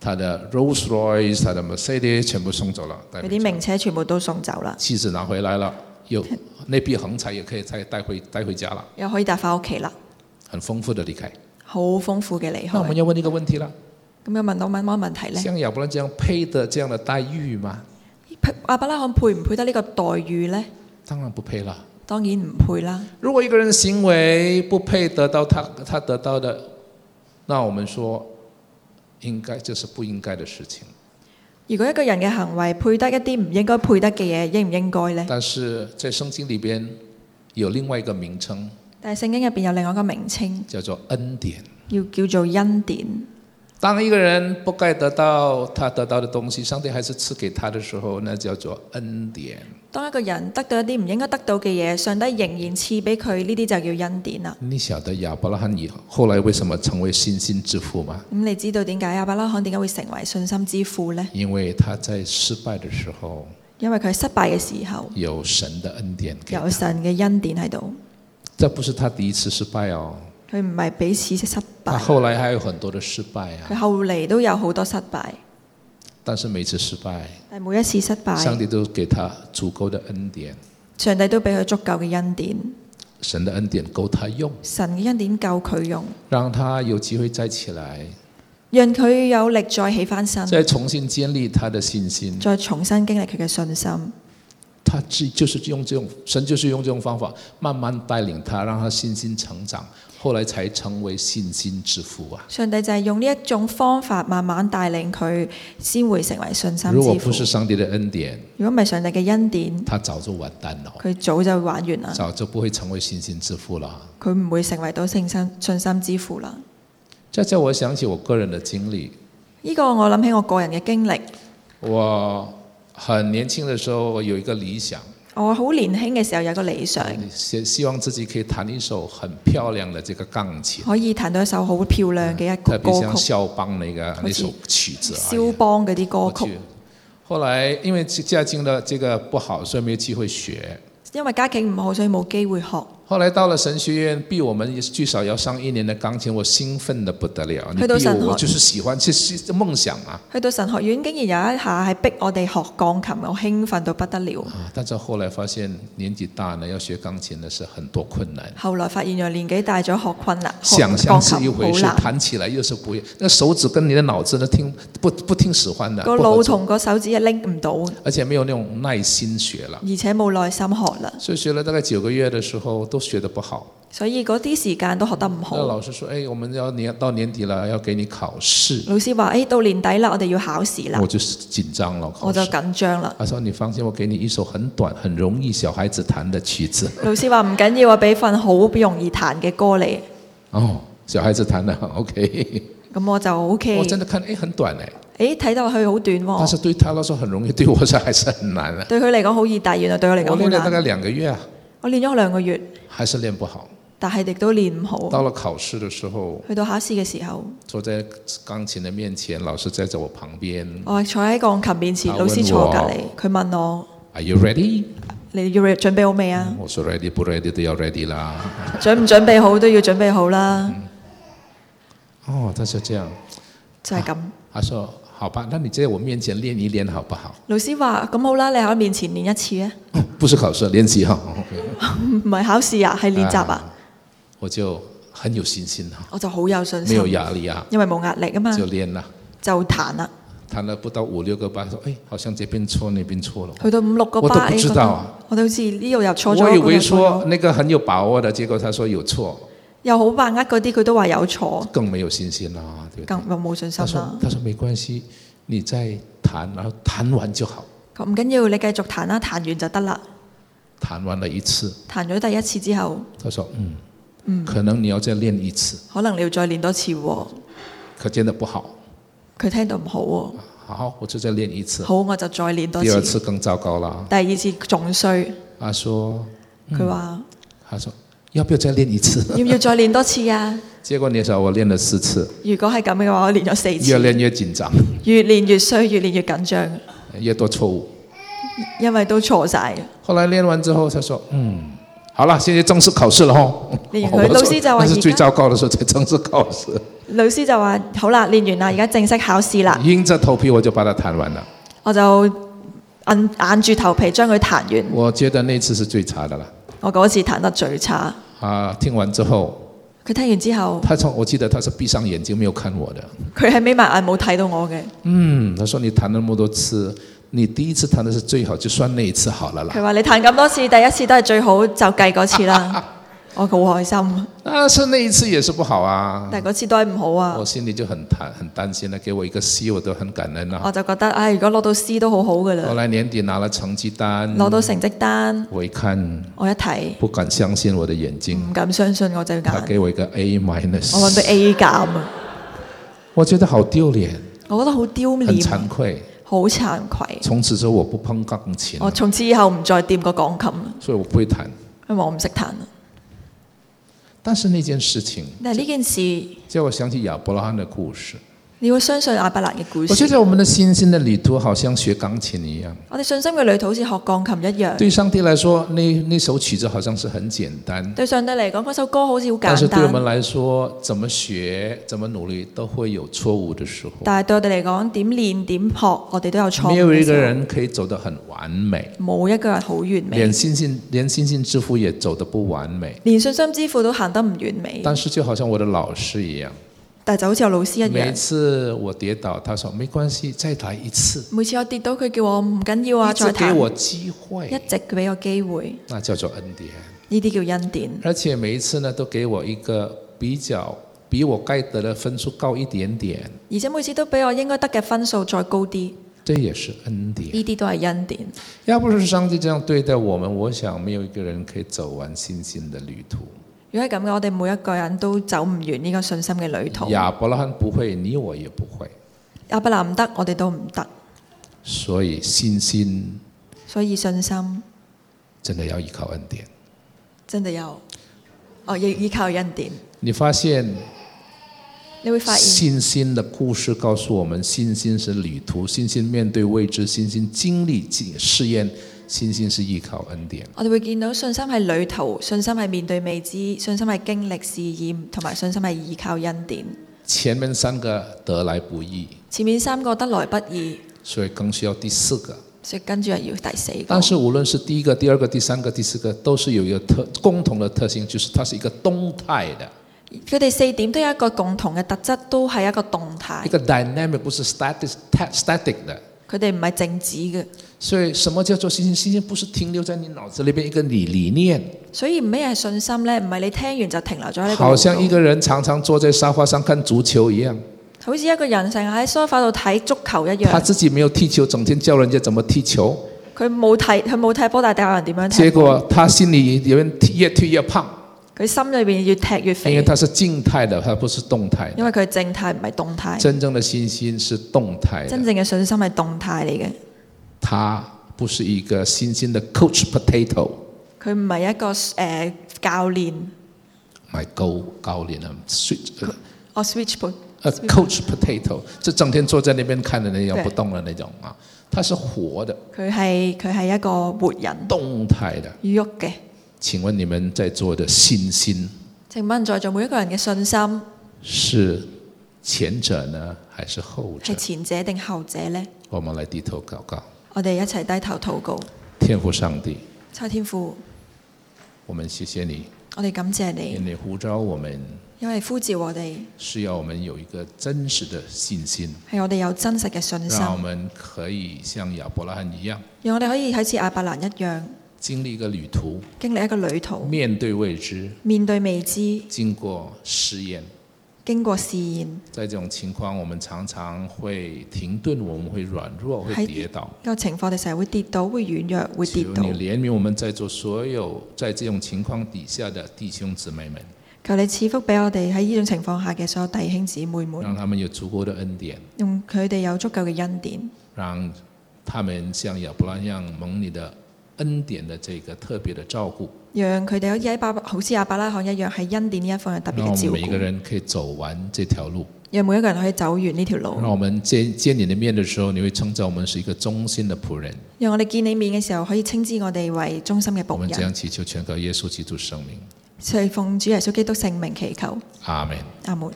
Speaker 1: 他的 Rolls Royce、他的 Mercedes 全部送走了，带
Speaker 2: 佢
Speaker 1: 回
Speaker 2: 啲
Speaker 1: 家
Speaker 2: 名車全部都送走啦，
Speaker 1: 妻子拿回来了，有那笔横财也可以再带回带回家了，
Speaker 2: 又可以帶翻屋企啦，
Speaker 1: 很丰富的离开。
Speaker 2: 好豐富嘅離
Speaker 1: 那
Speaker 2: 開
Speaker 1: 我。们要问一个问题了：
Speaker 2: 咁又問到問乜問題呢？
Speaker 1: 像亚伯兰这样配得这样的待遇吗？
Speaker 2: 阿伯拉罕配唔配得呢個待遇呢？
Speaker 1: 当然不配了。
Speaker 2: 當然唔配啦。
Speaker 1: 如果一个人的行为不配得到他他得到的，那我们说，应该这是不应该的事情。
Speaker 2: 如果一個人嘅行為配得一啲唔應該配得嘅嘢，應唔應該呢？
Speaker 1: 但是在圣经里边有另外一个名称，
Speaker 2: 但係聖經入邊有另外一個名稱，
Speaker 1: 叫做恩典。
Speaker 2: 要叫做恩典。
Speaker 1: 当一个人不该得到他得到的东西，上帝还是赐给他的时候，那叫做恩典。
Speaker 2: 當一個人得到一啲唔應該得到嘅嘢，上帝仍然賜俾佢，呢啲就叫恩典啦。
Speaker 1: 你晓得亚伯拉罕以后后来为什么成为信心之父吗？
Speaker 2: 咁你知道點解亞伯拉罕點解會成為信心之父呢？
Speaker 1: 因为他在失败的时候
Speaker 2: 因為佢失敗嘅時候
Speaker 1: 有神的恩典给他
Speaker 2: 有神嘅恩典喺度，
Speaker 1: 这不是他第一次失败哦，
Speaker 2: 佢唔係彼此失
Speaker 1: 他
Speaker 2: 敗，
Speaker 1: 后来还有很多的失败
Speaker 2: 佢
Speaker 1: 啊。
Speaker 2: 後嚟都有好多失敗，
Speaker 1: 但是每次失败，
Speaker 2: 但每一次失
Speaker 1: 上
Speaker 2: 敗，
Speaker 1: 帝都给他足夠的恩典，
Speaker 2: 上帝都俾佢足夠嘅恩典，
Speaker 1: 神的恩典够他用，
Speaker 2: 神嘅恩典夠佢用，
Speaker 1: 让他有机会再起来，
Speaker 2: 讓佢有力再起翻身，
Speaker 1: 再重新建立他的信心。
Speaker 2: 再重新經歷佢嘅信心。
Speaker 1: 他自就是用这种神就是用这种方法，慢慢带领他，让他信心成长，后来才成为信心之父啊。
Speaker 2: 上帝就係用呢一種方法慢慢帶領佢，先會成為信心
Speaker 1: 如果
Speaker 2: 之
Speaker 1: 不
Speaker 2: 父
Speaker 1: 是。上帝的恩典，
Speaker 2: 如果唔係上帝嘅恩典，
Speaker 1: 他早就完蛋了，
Speaker 2: 佢早就玩完啦，
Speaker 1: 早就不会成为信心之父了。
Speaker 2: 佢唔會成為到信心信心之父啦。
Speaker 1: 这叫我想起我个人的经历。
Speaker 2: 呢、個我諗起我個人嘅經歷。
Speaker 1: 我很年轻的时候，我有一个理想，
Speaker 2: 我好年輕嘅時候有個理想，
Speaker 1: 希希望自己可以弹一首很漂亮的这个钢琴，
Speaker 2: 可以彈到一首好漂亮嘅一
Speaker 1: 特
Speaker 2: 個
Speaker 1: 别
Speaker 2: 歌
Speaker 1: 像
Speaker 2: 曲，
Speaker 1: 肖邦那个
Speaker 2: 好
Speaker 1: 那
Speaker 2: 似
Speaker 1: 首曲子啊。
Speaker 2: 肖邦嗰啲
Speaker 1: 我
Speaker 2: 歌曲
Speaker 1: 去。。后来因为家境的这个不好，所以没有机会学。
Speaker 2: 因為家境唔好，所以冇機會學。
Speaker 1: 后来到了神学院，逼我们最少要上一年的钢琴，我兴奋的不得了。你
Speaker 2: 去到
Speaker 1: 逼
Speaker 2: 神
Speaker 1: 我，我就
Speaker 2: 学
Speaker 1: 是喜欢，这是这梦想啊！
Speaker 2: 去到神學院，竟然有一下係逼我哋學鋼琴，我興奮到不得了。
Speaker 1: 啊，但是后来发现年纪大了，要学钢琴呢是很多困难。
Speaker 2: 後來發現原來年紀大咗學困難，學
Speaker 1: 想象
Speaker 2: 鋼
Speaker 1: 是一
Speaker 2: 琴
Speaker 1: 回
Speaker 2: 好
Speaker 1: 事，
Speaker 2: 難。
Speaker 1: 弹起来又是不一样。那手指跟你的脑子呢，听不不听使唤的，
Speaker 2: 個
Speaker 1: 不合
Speaker 2: 腦
Speaker 1: 作
Speaker 2: 同個手指係拎唔到，
Speaker 1: 而且没有那种耐心学了。
Speaker 2: 而且冇耐心學啦，
Speaker 1: 所以学了大概九个月的时候，都学得不好。
Speaker 2: 所以嗰啲時間都學得唔好
Speaker 1: 那。老师说：“哎，我们要年到年底了，要给你考试。
Speaker 2: 老師話：，誒、哎到年底啦，我哋要考試啦
Speaker 1: 我，就紧张了，考
Speaker 2: 我就
Speaker 1: 试。
Speaker 2: 緊張啦。
Speaker 1: 他说：“你放心，我给你一首很短、很容易小孩子弹的曲子。
Speaker 2: 老師話唔緊要，我啊俾份好容易彈嘅歌你，”
Speaker 1: 哦，小孩子弹的 OK。
Speaker 2: 咁我就 O
Speaker 1: 我
Speaker 2: K。
Speaker 1: 真
Speaker 2: 誒
Speaker 1: 的看，哎，很短哎，
Speaker 2: 睇到佢好短喎、
Speaker 1: 但是对他来说很容易，对我是还是很难的、
Speaker 2: 對佢嚟講好易，但係原來對我嚟
Speaker 1: 我
Speaker 2: 講好
Speaker 1: 练了大
Speaker 2: 難。
Speaker 1: 概两个月啊，
Speaker 2: 我練咗兩個月，
Speaker 1: 还是练不好。
Speaker 2: 但係亦都練唔好。
Speaker 1: 到了考试的时候，
Speaker 2: 去到考試嘅時候，
Speaker 1: 坐在钢琴的面前，老师在在我旁边
Speaker 2: 我坐喺鋼琴面前，
Speaker 1: 啊
Speaker 2: 老師
Speaker 1: 問
Speaker 2: 坐
Speaker 1: 我
Speaker 2: 隔離，佢問我：
Speaker 1: ，Are you ready？
Speaker 2: 你要準備好未啊？
Speaker 1: 我说 ready 不 ready 都要 ready 啦。
Speaker 2: 準唔準備好都要準備好啦，
Speaker 1: 嗯哦，他说这样，
Speaker 2: 就係咁。
Speaker 1: 他说好吧，那你在我面前练一练好不好？
Speaker 2: 老師話：咁好啦，你喺我面前練一次啊，
Speaker 1: 哦不是考试，练习哈。
Speaker 2: 唔係考試啊，係練習啊。
Speaker 1: 我就很有信心哈，
Speaker 2: 我就好有信
Speaker 1: 没有
Speaker 2: 心，
Speaker 1: 压力啊，
Speaker 2: 因為冇壓力啊嘛，
Speaker 1: 就练了。
Speaker 2: 就彈啦。
Speaker 1: 弹了不到五六个八，说哎，好像这边错那边错了。
Speaker 2: 去到五六個
Speaker 1: 我都
Speaker 2: 巴，
Speaker 1: 不知道啊
Speaker 2: 哎覺得我都好似呢度又錯咗，
Speaker 1: 我以
Speaker 2: 嗰度又
Speaker 1: 为
Speaker 2: 錯咗
Speaker 1: 说那个很有把握的，结果他说有错，
Speaker 2: 又好把握嗰啲，佢都話有錯，
Speaker 1: 更没有信心啦，对不对？
Speaker 2: 更冇信
Speaker 1: 他
Speaker 2: 心
Speaker 1: 说
Speaker 2: 啦：“。
Speaker 1: 他说没关系，你再弹，然后弹完就好。
Speaker 2: 咁唔緊要，你繼續彈啦，彈完就得啦。
Speaker 1: 弹完了一次，
Speaker 2: 彈咗第一次之後，
Speaker 1: 他说嗯，可能你要再练一次，
Speaker 2: 可能你要再練多次喎。
Speaker 1: 可见的不好。
Speaker 2: 佢聽到唔好喎，
Speaker 1: 好，我就再练一次。
Speaker 2: 好我就再練多
Speaker 1: 嗯第二
Speaker 2: 次。
Speaker 1: 次更糟糕了。
Speaker 2: 第二次仲衰，
Speaker 1: 他说
Speaker 2: 佢話
Speaker 1: 他说要不要再练一次？
Speaker 2: 要唔要再練多次啊？
Speaker 1: 结果你想我练了四次，
Speaker 2: 如果係咁嘅話，我練咗四
Speaker 1: 越
Speaker 2: 次，
Speaker 1: 练越紧张，
Speaker 2: 越練越衰，越練越緊張，
Speaker 1: 越多错误。
Speaker 2: 因為都錯晒。
Speaker 1: 后来练完之后，他说嗯。好了，现在正式考试了哦。
Speaker 2: 练
Speaker 1: 我
Speaker 2: 回
Speaker 1: 说
Speaker 2: 都是在玩
Speaker 1: 那是
Speaker 2: 一
Speaker 1: 最
Speaker 2: 个
Speaker 1: 糟糕的时候才正式考试，
Speaker 2: 老師就話：好啦，練完啦，而家正式考試啦。
Speaker 1: 硬着头皮我就把它弹完了。
Speaker 2: 我就硬硬住頭皮將佢彈完。
Speaker 1: 我觉得那次是最差的了。
Speaker 2: 我嗰次彈得最差。
Speaker 1: 啊，听完之后，
Speaker 2: 佢聽完之後，
Speaker 1: 他从我记得他是闭上眼睛没有看我的。
Speaker 2: 佢係眯埋眼冇睇到我嘅。
Speaker 1: 嗯，他说你弹了那么多次，你第一次弹的是最好，就算那一次好 了啦。
Speaker 2: 佢話你彈咁多次，第一次都係最好，就計嗰次 啦。我好開心，
Speaker 1: 但是啊那一次也是不好啊，
Speaker 2: 但係嗰次都係唔好啊
Speaker 1: 我。心里就很担很担心了。给我一个 C，我都很感恩啊。
Speaker 2: 我就覺得，唉、如果攞到 C 都好好噶
Speaker 1: 后
Speaker 2: 啦，
Speaker 1: 来年底拿了成绩单，
Speaker 2: 攞到成績單，
Speaker 1: 我一看，
Speaker 2: 我一睇
Speaker 1: 不敢相信我的眼睛，
Speaker 2: 唔敢相信我就
Speaker 1: 他
Speaker 2: 揀，
Speaker 1: 给我一个 A
Speaker 2: 我揾到
Speaker 1: minus，
Speaker 2: A 減啊！
Speaker 1: 我觉得好丢脸，
Speaker 2: 我覺得好丟
Speaker 1: 很
Speaker 2: 臉啊，
Speaker 1: 惭愧。
Speaker 2: 好慚愧。
Speaker 1: 从此之后我不碰钢琴了
Speaker 2: 我從此以後唔再掂個鋼琴啦，
Speaker 1: 所以我不会弹。
Speaker 2: 因為我唔識彈啦。
Speaker 1: 但是那件事情
Speaker 2: 但係呢件事，
Speaker 1: 叫我想起亚伯拉罕的故事。
Speaker 2: 你會相信亞伯蘭嘅故
Speaker 1: 我觉
Speaker 2: 事。
Speaker 1: 得我们的信心的旅途好像学钢琴一样。
Speaker 2: 我哋信心嘅旅途好似學鋼琴一樣。
Speaker 1: 对上帝来说，那那首曲子好像是很简单，
Speaker 2: 對上帝嚟講，嗰首歌好似好
Speaker 1: 但
Speaker 2: 簡
Speaker 1: 是对我
Speaker 2: 單。
Speaker 1: 们来说，怎么学、怎么努力，都會有错误的时候。
Speaker 2: 但係對我哋嚟講，點練點學，我哋都有錯
Speaker 1: 没
Speaker 2: 誤
Speaker 1: 有
Speaker 2: 嘅
Speaker 1: 一个
Speaker 2: 時候
Speaker 1: 人可以走得很完美，
Speaker 2: 冇一個人好完美
Speaker 1: 连，星星连星星之父也走得不完美。
Speaker 2: 連信心之父都行得唔完美。
Speaker 1: 但是就好像我的老师一样，
Speaker 2: 但係就好似我老師一
Speaker 1: 每
Speaker 2: 樣，
Speaker 1: 次我跌倒，他说没关系，再来一次，
Speaker 2: 每次我跌到，佢叫我唔緊要啊，
Speaker 1: 一直
Speaker 2: 再
Speaker 1: 给
Speaker 2: 彈，
Speaker 1: 我机
Speaker 2: 一
Speaker 1: 会，
Speaker 2: 直俾我機會。
Speaker 1: 那叫做恩典。
Speaker 2: 呢啲叫恩典，
Speaker 1: 而且每一次呢，都给我一个比较比我该得的分数高一点点，
Speaker 2: 而且每次都俾我應該得嘅分數再高啲，
Speaker 1: 这也是恩典。
Speaker 2: 呢啲都係恩典。
Speaker 1: 要不是上帝这样对待我们，我想没有一个人可以走完信心的旅途。
Speaker 2: 如果係咁嘅，我哋每一個人都走唔完呢個信心嘅旅途。
Speaker 1: 亚伯拉罕不会，你我也不会，
Speaker 2: 阿伯蘭唔得，我哋都唔得，
Speaker 1: 所以信心
Speaker 2: 所以信心
Speaker 1: 真的要依靠恩典。
Speaker 2: 真係有，哦，要依靠恩典。
Speaker 1: 你发现
Speaker 2: 你會發現
Speaker 1: 信心的故事告诉我们，信心是旅途，信心面对未知，信心经历试验，信心是依靠恩典。
Speaker 2: 我哋會見到信心係旅途，信心係面對未知，信心係經歷試驗，同埋信心係依靠恩典。
Speaker 1: 前面三个得来不易，
Speaker 2: 前面三個得來不易，
Speaker 1: 所以更需要第四个。
Speaker 2: 所以跟住又要第四個。
Speaker 1: 但是无论是第一个、第二个、第三个、第四个，都是有一个特共同的特性，就是它是一个动态的，
Speaker 2: 佢哋四點都有一個共同嘅特質，都係一個動
Speaker 1: 一
Speaker 2: 態。
Speaker 1: 个 dynamic 不是 static static 的。
Speaker 2: 佢哋唔係靜止嘅，
Speaker 1: 所以什么叫做信心？信心不是停留在你脑子里边一个理理念，
Speaker 2: 所以咩係信心呢？唔係你聽完就停留咗喺呢個
Speaker 1: 好像一
Speaker 2: 腦度
Speaker 1: 个人常常坐在沙发上看足球一样，
Speaker 2: 好似一個人成日喺梳化度睇足球一
Speaker 1: 他
Speaker 2: 樣。
Speaker 1: 自己没有踢球，整天教人家怎么踢球，
Speaker 2: 佢冇睇，佢冇踢波，但係教人點樣
Speaker 1: 结
Speaker 2: 踢。
Speaker 1: 果他心里有人踢越踢越胖，
Speaker 2: 佢心裏邊越踢越
Speaker 1: 因
Speaker 2: 肥
Speaker 1: 为，他是静态的，他不是动态的。
Speaker 2: 因為佢靜態唔係動態。
Speaker 1: 真正的信心是动态的
Speaker 2: 真。正嘅信心係動態嚟嘅。
Speaker 1: 他不是一个新兴的 coach potato，
Speaker 2: 佢唔係一個誒、呃教練，
Speaker 1: 买高高龄的 sweet 呃
Speaker 2: 我 switch p
Speaker 1: 呃 coach potato，就整天坐在那边看的那种
Speaker 2: 对
Speaker 1: 不动的那种啊，他是活的、
Speaker 2: 佢係佢係一個活人
Speaker 1: 动态的。
Speaker 2: 喐嘅。
Speaker 1: 请问你们在座的信心
Speaker 2: 請問在座每一個人嘅信心係
Speaker 1: 是前者呢，还是后者？
Speaker 2: 前者定後者呢？
Speaker 1: 我们来低头祷告，
Speaker 2: 我哋一齊低頭禱告，
Speaker 1: 天父上帝，
Speaker 2: 差天父，
Speaker 1: 我们谢谢你，
Speaker 2: 我哋感謝
Speaker 1: 因
Speaker 2: 你，
Speaker 1: 为你呼召我们
Speaker 2: 因為呼召我哋
Speaker 1: 是要我们有一个真实的信心，
Speaker 2: 係我哋有真實嘅信心，
Speaker 1: 让我们可以像亚伯拉罕一样。
Speaker 2: 讓我哋可以好似亞伯蘭一樣
Speaker 1: 经历一个旅途，
Speaker 2: 經歷一個旅途，
Speaker 1: 面对未知，
Speaker 2: 面對未知，
Speaker 1: 经过试验。
Speaker 2: 經過試驗。
Speaker 1: 在这种情况，我们常常会停顿，我们会软弱，会跌倒。
Speaker 2: 呢個情況，我哋成日會跌倒，會軟弱，會跌
Speaker 1: 求
Speaker 2: 倒
Speaker 1: 你。怜悯我们在座所有在这种情况底下的弟兄姊妹们，
Speaker 2: 求你賜福俾我哋喺呢種情況下嘅所有弟兄姊妹們。
Speaker 1: 让他们有足够的恩典，
Speaker 2: 用佢哋有足夠嘅恩典，
Speaker 1: 让他们像亚伯拉罕一样蒙你的恩典的这个特别的照顾，
Speaker 2: 讓佢哋好似喺巴好似亞伯拉罕一樣喺恩典呢一方面有特別
Speaker 1: 让我
Speaker 2: 嘅照
Speaker 1: 们每一个
Speaker 2: 顧，
Speaker 1: 人可以走完这条路。
Speaker 2: 讓每一個人可以走完呢條
Speaker 1: 让
Speaker 2: 路。
Speaker 1: 我们见见你的面的时候，你会称赞我们是一个忠心的仆人。
Speaker 2: 讓我哋見你面嘅時候，可以稱之我哋為忠心嘅
Speaker 1: 我
Speaker 2: 仆
Speaker 1: 们这
Speaker 2: 人。
Speaker 1: 样祈求，全靠耶稣基督圣名。
Speaker 2: 所以奉主耶穌基督聖名祈求，
Speaker 1: Amen.
Speaker 2: 阿門。